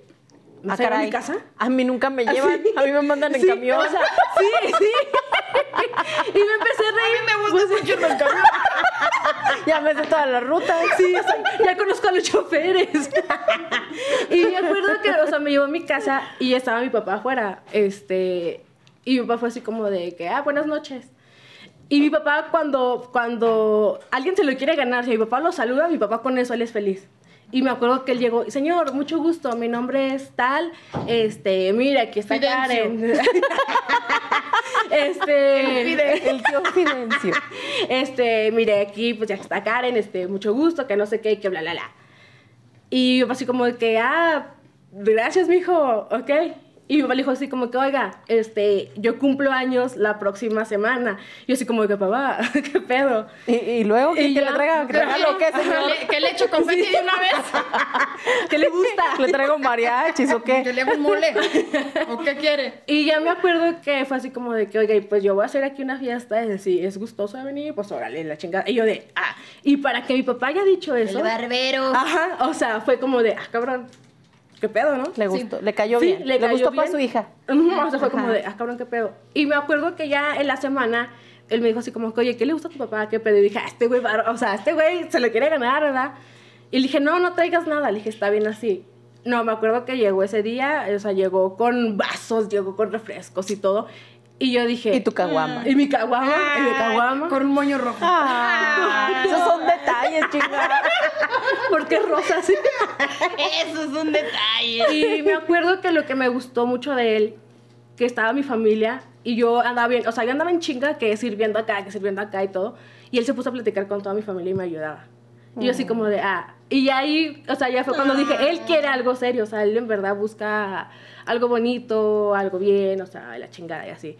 Ah, ¿me vas a llevar a caray. mi casa? Ah, A mí nunca me llevan, a mí me mandan en Sí, camión. o sea, sí, sí. y me empecé a reír. ya me sé toda la ruta. Sí, o sea, ya conozco a los choferes. y me acuerdo que, o sea, me llevó a mi casa y estaba mi papá afuera. Este, y mi papá fue así como de que, ah, buenas noches. Y mi papá, cuando, cuando alguien se lo quiere ganar, si mi papá lo saluda, mi papá con eso él es feliz. Y me acuerdo que él llegó, señor, mucho gusto, mi nombre es tal, este, mira, aquí está Karen. este, El tío Fidencio. este, mire, aquí pues ya está Karen, este, mucho gusto, que no sé qué, que bla, bla, bla. Y yo así como de que, ah, gracias, mijo, ok. Y mi papá le dijo así como que, oiga, este, yo cumplo años la próxima semana. Y yo así como de que, papá, qué pedo. Y, y luego, ¿qué, Y qué ya. le traiga? ¿Qué regalo? ¿Qué, señor? le, que le echo confeti de una vez. ¿Qué le gusta? ¿Le traigo mariachis o Que qué? le hago un mole. ¿O qué quiere? Y ya me acuerdo que fue así como de que, oiga, y pues yo voy a hacer aquí una fiesta, es si es gustoso venir, pues órale, la chingada. Y yo de, ah, y para que mi papá haya dicho eso. barbero. Ajá, o sea, fue como de, ah, cabrón, qué pedo, ¿no? Le gustó, le cayó Sí, bien. Le, cayó gustó para bien. su hija. Ujú, o sea, fue como de, ah, cabrón, qué pedo. Y me acuerdo que ya en la semana él me dijo así como, que, oye, ¿qué le gusta a tu papá? ¿Qué pedo? Y dije, ah, este güey, va- o sea, este güey se lo quiere ganar, ¿verdad? Y le dije, no, no traigas nada. Le dije, está bien así. No, me acuerdo que llegó ese día, o sea, llegó con vasos, llegó con refrescos y todo. Y yo dije, Y tu Ah, caguama. Y mi caguama, y mi caguama. Con un moño rojo. Ah, esos son detalles, chingada. Porque es rosa, así. Eso es un detalle. Y me acuerdo que lo que me gustó mucho de él, que estaba mi familia y yo andaba bien, o sea, yo andaba en chinga que sirviendo acá, que sirviendo acá y todo. Y él se puso a platicar con toda mi familia y me ayudaba. Y yo así como de, ah, y ahí, o sea, ya fue cuando dije, él quiere algo serio, o sea, él en verdad busca algo bonito, algo bien, o sea, la chingada y así.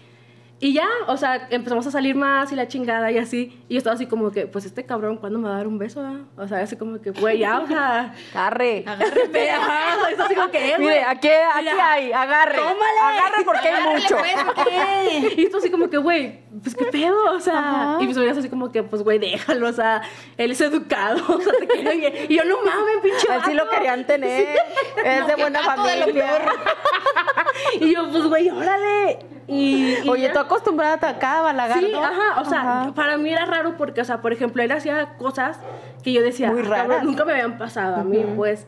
Y ya, o sea, empezamos a salir más y la chingada y así. Y yo estaba así como que, pues este cabrón, ¿cuándo me va a dar un beso? ah? O sea, así como que, güey, ya, o sea, Arre. agárreme, ajá, o sea, yo así como que, eh, güey. Mire, aquí, aquí Mira. pues, hay, agarre. Agarre porque hay mucho. Y esto así como que, güey, pues qué pedo, o sea. Y mis amigas así como que, pues güey, déjalo, o sea, él es educado, o sea, te quiere bien. Y yo, no mames, pinche Así lo vato". querían tener. Es de buena gato de lo familia. Y yo, pues güey, órale. Y, y Oye, ya. tú acostumbrada a acá, balagardo. Sí, ajá, o sea, Ajá. para mí era raro porque, o sea, por ejemplo, él hacía cosas que yo decía, Muy "Ah, raras. cabrón, nunca me habían pasado a mí, pues.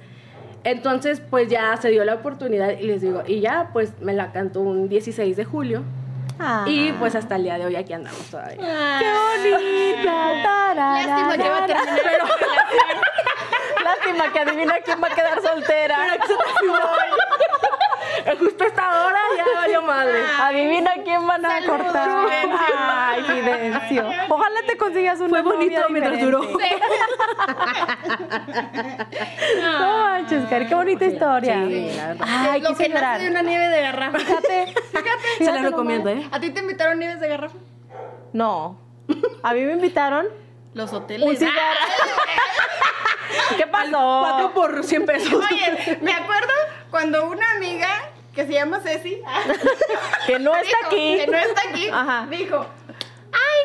Entonces, pues ya se dio la oportunidad y les digo, y ya, pues me la cantó un 16 de julio. Ah. Y pues hasta el día de hoy aquí andamos todavía. Lástima que va a terminar. Lástima que adivina quién va a quedar soltera. Justo esta hora ya valió madre. Ah. Adivina quién van a cortar. Ay, Fidencio. Ojalá te consigas una Fue bonito novia mientras diferente. duró. No manches, Cari, qué bonita historia. Sí, la verdad. Ay, lo quise que llorar. nace de una nieve de garrafa. Fíjate, fíjate. Se la nomás. recomiendo, ¿eh? ¿A ti te invitaron nieves de garrafa? No. A mí me invitaron Los hoteles. un cigarro. ¿Qué Cuatro pasó? por 100 pesos. Oye, me acuerdo cuando una amiga que se llama Ceci Que no está dijo, aquí. que no está aquí, Ajá. dijo, ay,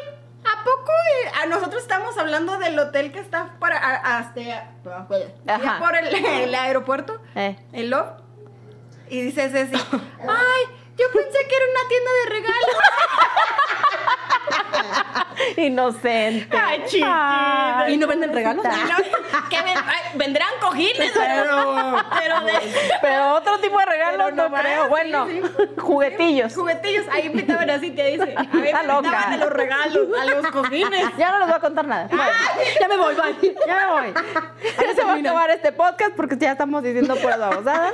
¿a poco eh, a nosotros estamos hablando del hotel que está para a- este, hasta Ajá. por el, el aeropuerto? Eh. El Love. Y dice Ceci, ay, yo pensé que era una tienda de regalos. Inocente. Ay, chiquita. Ay, ¿Y no venden regalos? chiquita. No, que ven- ay, vendrán cojines, Pero- pero de Pero otro tipo de regalos Pero no, nomás, creo. sí, Bueno, sí. juguetillos. juguetillos, ahí pintaban así, te dice. A mí me Está loca. pintaban a los regalos, a los cojines. Ya no les voy a contar nada. Bueno, Ya me voy, bye. ya me voy. Ya se va a acabar este podcast porque ya estamos diciendo puras babosadas.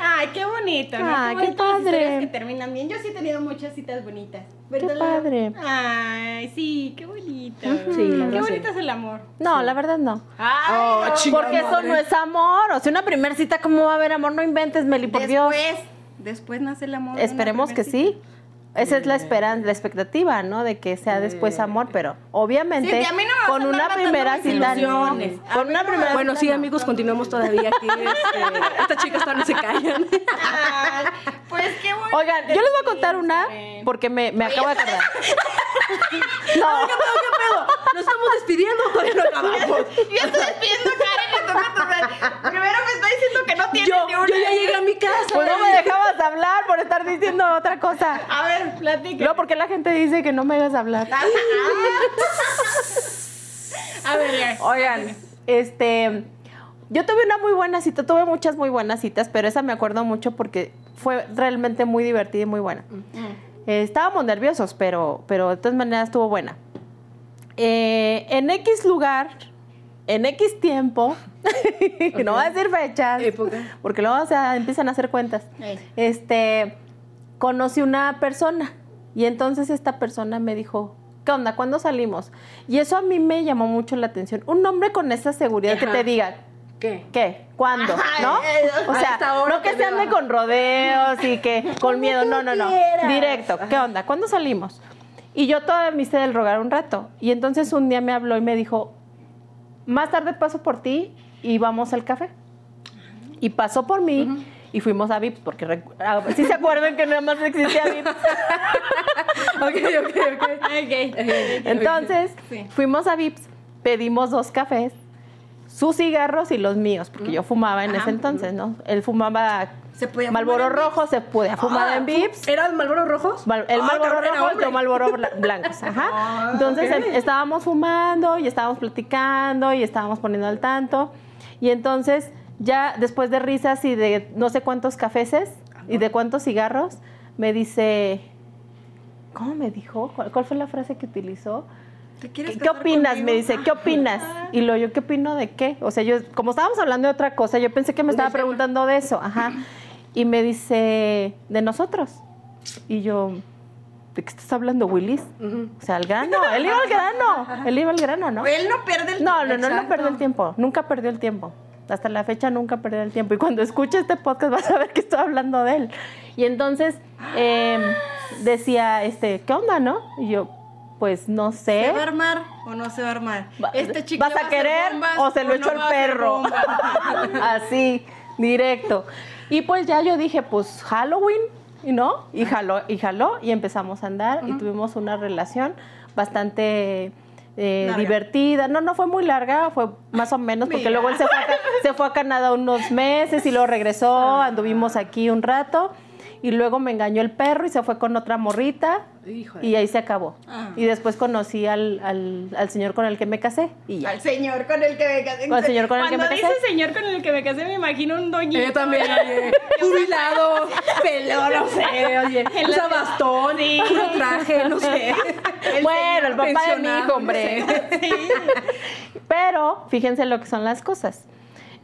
Ay, qué bonito, ¿no? Ah, qué bonitas las padre. historias que terminan bien. Yo sí he tenido muchas citas bonitas. ¿verdad, Qué Lau? padre. Ay, sí, qué bonito. bonita. Sí, la Qué verdad sí. bonito es el amor. No, la verdad no. Ay, Oh, no. Porque eso no es amor. O sea, una primera cita, ¿cómo va a haber amor? No inventes, Meli, por Dios. después, después nace el amor. de una Esperemos que primer sí. Esa es la esperanza, la expectativa, ¿no? De que sea después amor, pero Sí, obviamente que a mí no me vas a con andar una matando primera mis cita no. ilusiones. A Con mí una no me- primera Bueno, cita, sí, no. amigos, continuamos todavía aquí. este, estas chicas todavía no se callan. cita. Ay, pues qué bueno. Oigan, yo les voy a contar una porque me, me acabo de acordar. No, Nos estamos despidiendo, todavía no acabamos. Yo estoy despidiendo a Karen, le toca tomar. Primero me está diciendo que no tiene Yo, ni una. yo ya llegué a mi casa. pues no me dejabas hablar por estar diciendo otra cosa. A ver, platica. No, porque la gente dice que no me hagas hablar. Ah, A ver, ya. Oigan, este, yo tuve una muy buena cita, tuve muchas muy buenas citas, pero esa me acuerdo mucho porque fue realmente muy divertida y muy buena. Mm, Eh, estábamos nerviosos, pero, pero de todas maneras estuvo buena. Eh, en X lugar, en X tiempo, no voy a decir fechas, Época. porque luego o sea, empiezan a hacer cuentas. Este, conocí una persona y entonces esta persona me dijo, ¿qué onda? ¿Cuándo salimos? Y eso a mí me llamó mucho la atención. Un hombre con esa seguridad que Ajá. te diga, ¿Qué? ¿qué? ¿Cuándo? ¿No? O a esta sea, hora no que te se veo, ande ajá. con rodeos y que con miedo. No, no, no. Directo. ¿Qué onda? ¿Cuándo salimos? Y yo todavía me hice del rogar un rato. Y entonces un día me habló y me dijo, más tarde paso por ti y vamos al café. Y pasó por mí y fuimos a VIP, porque recu- ah, sí se acuerdan que nada más existía VIP. Ok, ok, ok. Ok. Entonces, fuimos a Vips, pedimos dos cafés, sus cigarros y los míos, porque yo fumaba en ese entonces, ¿no? Él fumaba Se podía fumar Malboro en rojo, se podía fumar en Vips. ¿Eran Malboros rojos? Mal- el Ah, Malboro cabrón, era rojo, hombre. Ah, otro Malboro bla- blancos. Ajá. Entonces em- estábamos fumando y estábamos platicando y estábamos poniendo al tanto. Y entonces, ya después de risas y de no sé cuántos cafeses y de cuántos cigarros, me dice. ¿Cómo me dijo? ¿Cuál, cuál fue la frase que utilizó? ¿Te ¿Qué, quieres qué casar opinas? conmigo? Me dice, ¿qué opinas? Y lo yo, ¿qué opino de qué? O sea, yo, como estábamos hablando de otra cosa, yo pensé que me estaba preguntando de eso, ajá. Y me dice, de nosotros. Y yo, ¿de qué estás hablando, Willis? O sea, al grano, él iba al grano, él iba al grano, ¿no? Ah. Él no pierde el No, no, no, no perdió el tiempo, nunca perdió el tiempo. Hasta la fecha nunca perdió el tiempo. Y cuando escuche este podcast vas a ver que estoy hablando de él. Y entonces eh, decía, este, ¿qué onda, no? Y yo, pues no sé. ¿Se va a armar o no se va a armar? Va- Este chico ¿Vas a querer o se lo echó el perro? Así, directo. Y pues ya yo dije, pues Halloween, y ¿no? Y jaló, y jaló, y empezamos a andar y tuvimos una relación bastante eh, divertida. No, no fue muy larga, fue más o menos, porque luego él se fue, a, Ca- se fue a Canadá unos meses y luego regresó, anduvimos aquí un rato. Y luego me engañó el perro y se fue con otra morrita. Híjole. Y ahí se acabó. Y después conocí al, al- al señor con el que me casé. Y ya. Al señor con el que me casé. Al señor con el que Cuando me dice casé. señor con el que me casé, me imagino un doñito. Yo Eh, también, oye. Jubilado, pelón, no sé, oye. En la- Usa bastón, puro traje, no sé. Bueno, el papá de mi pensionado, hijo, hombre. Pero fíjense lo que son las cosas.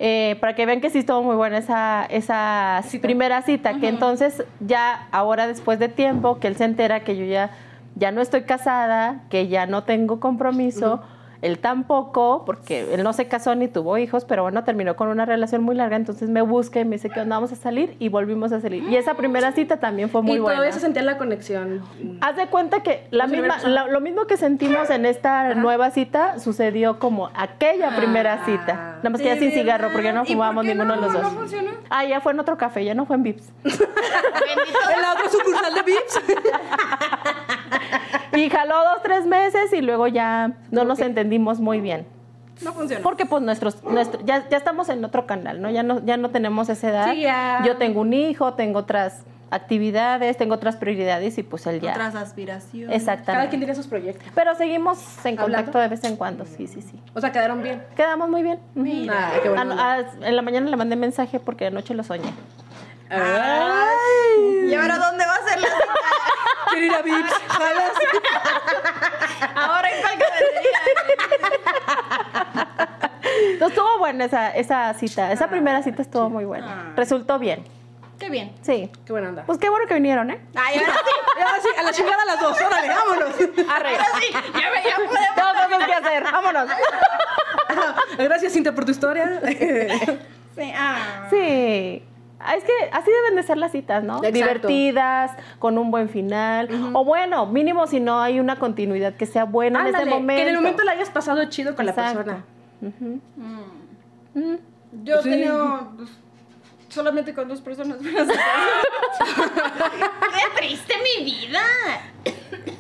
Eh, para que vean que sí estuvo muy buena esa, esa primera cita, que entonces ya ahora después de tiempo, que él se entera que yo ya, ya no estoy casada, que ya no tengo compromiso, él tampoco, porque él no se casó ni tuvo hijos, pero bueno, terminó con una relación muy larga, entonces me busca y me dice que onda, vamos a salir y volvimos a salir. Y esa primera cita también fue muy y buena. Ah, todavía se sentía la conexión. Haz de cuenta que la Pues, misma, universal. la- lo mismo que sentimos en esta nueva cita sucedió como aquella Ah. primera cita. Nada más que ya sin cigarro, porque no fumábamos ninguno de los dos. Ah, ya fue en otro café, ya no fue en Vips. En la otra sucursal de Vips. Y jaló dos, tres meses y luego ya no nos entendimos muy bien. No funciona. Porque pues nuestros, nuestro- ya, ya estamos en otro canal, ¿no? Ya no, ya no tenemos esa edad. Sí, ya. Yo tengo un hijo, tengo otras actividades, tengo otras prioridades y pues él ya. Otras aspiraciones. Cada quien Exactamente. tiene sus proyectos. Pero seguimos en ¿Hablando? contacto de vez en cuando, sí, sí, sí. O sea, quedaron bien. Quedamos muy bien. Ujú. Ah, qué Ah, no, bueno. ah, en la mañana le mandé mensaje porque anoche lo soñé. Ah. ¿Y ahora dónde va a ser la cita? Quiero ir a Vips. Jalas. Ahora en cuál cafetería. Entonces estuvo buena esa, esa cita. Ah, Esa primera cita estuvo muy buena. Resultó bien. Qué bien. Sí. Qué buena onda. Ah, Pues qué bueno que vinieron, ¿eh? Ay, ahora sí. Y ahora Ah, sí, a la chingada a las dos. Órale, vámonos. Ahora sí. Ya, me- ya podemos. Todos hacer. Vámonos. Ah, Gracias, Cinta, por tu historia. este Sí, ah. Sí. Ah, Es que así deben de ser las citas, ¿no? Exacto. Divertidas, con un buen final. O bueno, mínimo si no hay una continuidad que sea buena en Ándale, ese momento. Que en el momento la hayas pasado chido con Exacto. la persona. Yo he tenido pues, solamente con dos personas. ¡Qué triste mi vida!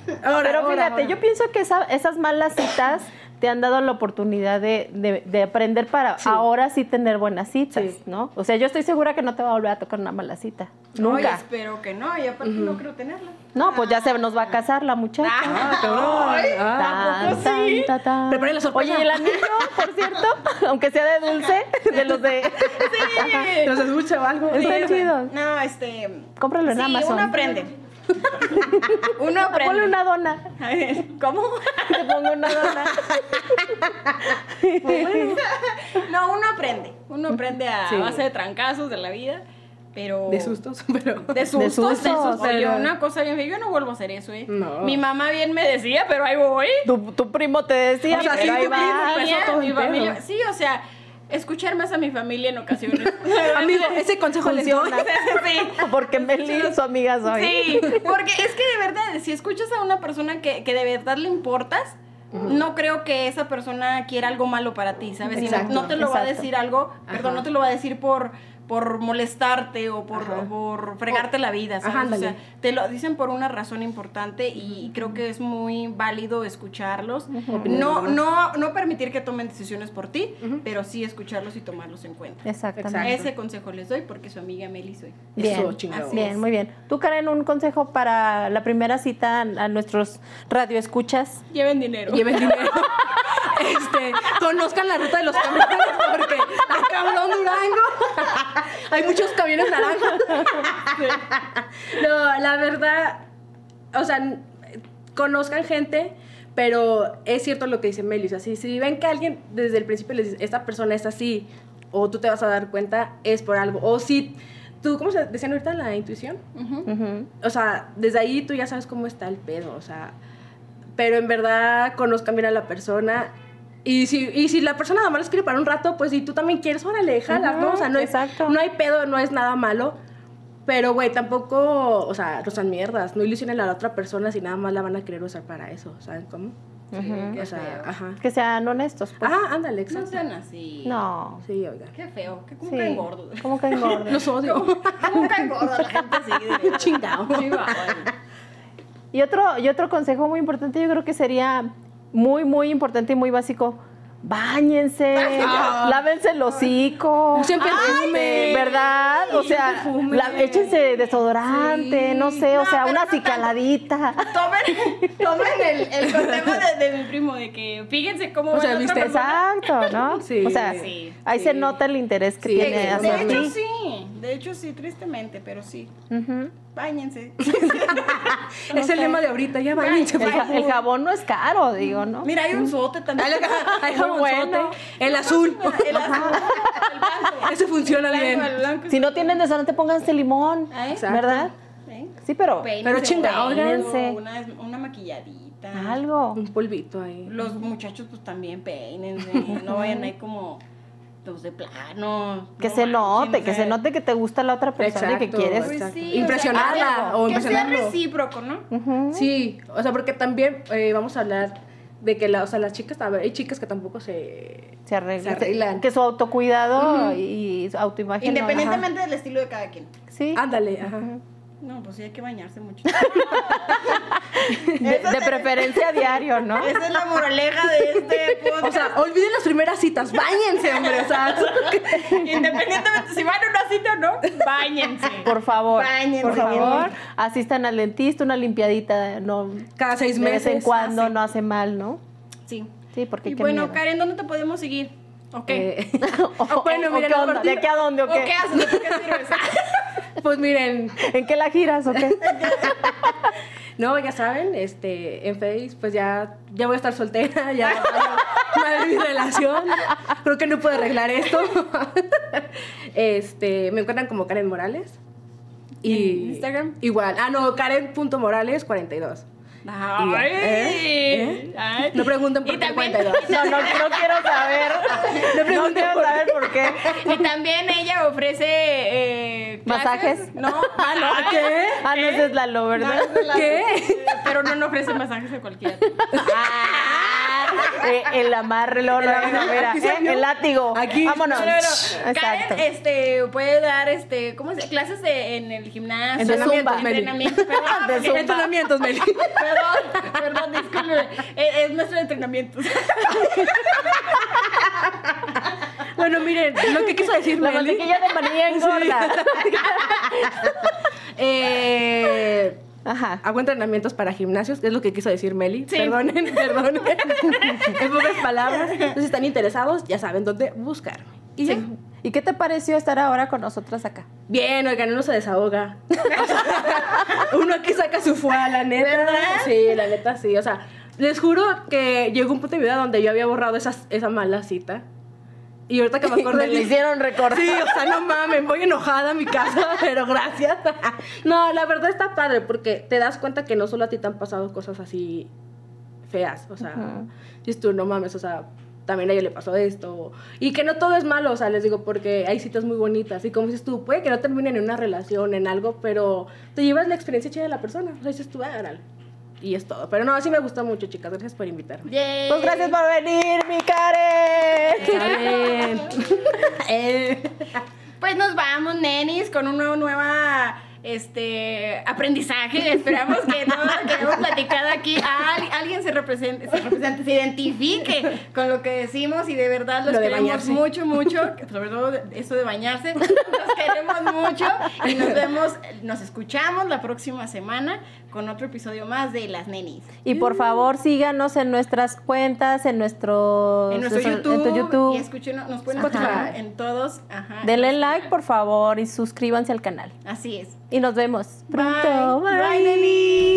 Pero fíjate, yo pienso que esa- esas malas citas te han dado la oportunidad de, de- de aprender para ahora sí tener buenas citas, ¿no? O sea, yo estoy segura que no te va a volver a tocar una mala cita. No, y Nunca. espero que no, y aparte no creo tenerla. No, pues ya se nos va a casar la muchacha. Ah, cabrón. Ah, Tan, tan, tan, tan. Preparen la sorpresa. Oye, y el anillo, por cierto, aunque sea de dulce, de los de... Los escucha o algo. Están chidos. Oh, No, este. Cómpralo en sí, Amazon. uno aprende. uno Ponle aprende. una dona. ¿Cómo? Te pongo una dona. No, uno aprende. Uno aprende a Sí. base de trancazos de la vida, pero. De sustos, pero. De sustos, de sustos. sustos, Oye, pero- una cosa bien, fea, yo no vuelvo a hacer eso, ¿eh? No. Mi mamá bien me decía, pero ahí voy. Tu, tu primo te decía, O sea, pero sí, ahí tu va. primo. Ah, empezó ya, todo mi el pedo. familia. Sí, o sea, escuchar más a mi familia en ocasiones. Amigo, ese consejo les doy. sí. Porque Meli su amiga soy. Sí, porque es que de verdad, si escuchas a una persona que, que de verdad le importas, no creo que esa persona quiera algo malo para ti, ¿sabes? Y no- Exacto, no, te lo va a exacto. decir algo, perdón, no te lo va a decir por por molestarte o por, o por fregarte la vida, Ajá, ¿sabes? o ándale. sea, te lo dicen por una razón importante y creo que es muy válido escucharlos. No no no permitir que tomen decisiones por ti, pero sí escucharlos y tomarlos en cuenta. Exactamente. Ese consejo les doy porque su amiga Meli soy. Bien, Eso, chingados. bien, muy bien. Tú, Karen, un consejo para la primera cita a a nuestros radioescuchas. Lleven dinero. Lleven dinero. Este, conozcan la ruta de los camiones porque a cabrón Durango hay muchos camiones naranjas. No, la verdad, o sea, n- conozcan gente, pero es cierto lo que dice Meli. O sea, si, si ven que alguien desde el principio les dice, esta persona es así, o tú te vas a dar cuenta, es por algo. O si tú, ¿cómo se decían ahorita? La intuición. O sea, desde ahí tú ya sabes cómo está el pedo, o sea. Pero en verdad conozcan bien a la persona. Y si, y si la persona nada más les quiere para un rato, pues si tú también quieres, órale, jalas, ¿no? O sea, no hay, exacto. no hay pedo, no es nada malo. Pero, güey, tampoco, o sea, no sean mierdas. No ilusionen a la otra persona si nada más la van a querer usar para eso, ¿saben cómo? o sea, ajá. Que sean honestos, pues. Ajá, ándale, No exacto. sean así. No. Sí, oigan. Qué feo. Que como Sí. que engordo. ¿Cómo que engorda? Los odio. Como que engorda la gente así. de- Chingao. Y otro, y otro consejo muy importante, yo creo que sería muy, muy importante y muy básico. Báñense, lávense el hocico. Usen perfume. ¿Verdad? O sea, la- échense desodorante, no sé, o sea, una cicaladita. Tomen, tomen el, el consejo de, de mi primo de que fíjense cómo O va sea, la otra ¿viste persona. Exacto, ¿no? Sí. o sea, Sí, ahí se nota el interés que Sí, tiene sí, hacia De hecho ti. sí, de hecho sí, tristemente, pero sí. Ujú. Báñense. Es el lema de ahorita, ya van. el, ja- el jabón no es caro, digo, ¿no? Mira, hay un sote también. Ay, Muy bueno. El azul. El azul, el blanco, Ese funciona el bien. blanco, el blanco. Si no tienen desodorante, pónganse limón, Ah, exacto. ¿verdad? ¿Eh? Sí, pero Peínense, chinga, peínense, oigan. Una, una maquilladita. algo. Un polvito ahí. Los muchachos pues también peínense, no vayan ahí como los de plano. Que no se manchen, note, o que sea, se note que te gusta la otra persona y que Exacto. quieres. pues sí, o sea, Impresionarla algo, o que sea impresionarlo. recíproco, ¿no? Ujú. Sí, o sea, porque también eh, vamos a hablar de que la, o sea, las chicas, a ver, hay chicas que tampoco se... Se arreglan. Se arreglan. Que su autocuidado y su autoimagen. no, Independientemente del estilo de cada quien. ajá. Sí. Ándale, ajá. No, pues sí hay que bañarse mucho. De, de preferencia a diario, ¿no? Esa es la moraleja de este podcast. O sea, olviden las primeras citas, báñense, hombre, o sea, independientemente si van a una cita o no, báñense. Por favor. Bañense. Por favor. Asistan al dentista, una limpiadita. No, cada seis de vez meses. en cuando así. no hace mal, ¿no? Sí. Sí, porque Y qué bueno, miedo. Karen, ¿dónde te podemos seguir? ¿O qué? Eh, O- Ah, bueno, o- o mira, qué la onda, partida- ¿De aquí a dónde o ¿O qué qué? haces? ¿De qué sirves? pues miren, ¿En qué la giras o qué? no, ya saben, este, en Face, pues ya, ya voy a estar soltera, ya madre mi relación, creo que no puedo arreglar esto. Este, me encuentran como Karen Morales. Y en Instagram? Igual. Ah, no, Karen.morales42. Ay, ¿Eh? ay, No pregunten por Y qué el también- 42. No, no, no quiero saber. No quiero saber por qué. Y también ella ofrece. eh, clases. ¿Masajes? No. Ah, no. ¿Qué? Ah, no, esa es la lo, ¿verdad? ¿Qué? Pero no, no ofrece masajes a cualquiera. Eh, el amarre, luego, luego, mira, eh, el látigo. Aquí. Vámonos. Pero, Exacto. Karen este, puede dar este, ¿cómo se Clases de- en el gimnasio. Entrenamientos, Entrenamientos, Meli. entrenamientos, perdón, Ah, De porque- Zumba. Perdón, Entrenamientos, Meli. perdón, discúlpeme. Es, es nuestro entrenamiento. Bueno, miren, lo que quiso decir La Meli. mantequilla de maní engorda. Eh, Ajá. hago entrenamientos para gimnasios, es lo que quiso decir Meli. Sí. Perdonen, perdonen. en pocas palabras. Entonces, si están interesados, ya saben dónde buscarme. Y ya. ¿Y qué te pareció estar ahora con nosotras acá? Bien, oigan, uno se desahoga. O sea, uno aquí saca su fuá, la neta. Sí, la neta sí. O sea, les juro que llegó un punto de mi vida donde yo había borrado esas, esa mala cita. Y ahorita que me acuerdo. Me lo hicieron recordar. Sí, o sea, no mames, voy enojada a mi casa, pero gracias. No, la verdad está padre porque te das cuenta que no solo a ti te han pasado cosas así feas, o sea, dices tú, no mames, o sea, también a ella le pasó esto. Y que no todo es malo, o sea, les digo, porque hay citas muy bonitas. Y como dices tú, puede que no terminen en una relación, en algo, pero te llevas la experiencia chida de la persona. O sea, dices tú, ah, órale. Y es todo. Pero no, sí me gustó mucho, chicas. Gracias por invitarme. Yay. Pues gracias por venir, mi Karen. Eh. Pues nos vamos, nenis, con un nuevo, nueva este aprendizaje. Esperamos que no que hemos platicado aquí. al- alguien se represente, se represente, se identifique con lo que decimos y de verdad los Lo de queremos bañarse. mucho, mucho. Sobre todo eso de bañarse. Los queremos mucho y nos vemos, nos escuchamos la próxima semana con otro episodio más de Las Nenis. Y por favor, síganos en nuestras cuentas, en nuestro, En nuestro en YouTube, tu YouTube. y escuchen, nos pueden Ajá. escuchar en todos. Ajá. Denle like, por favor, y suscríbanse al canal. Así es. Y nos vemos pronto. Bye, Bye nenis.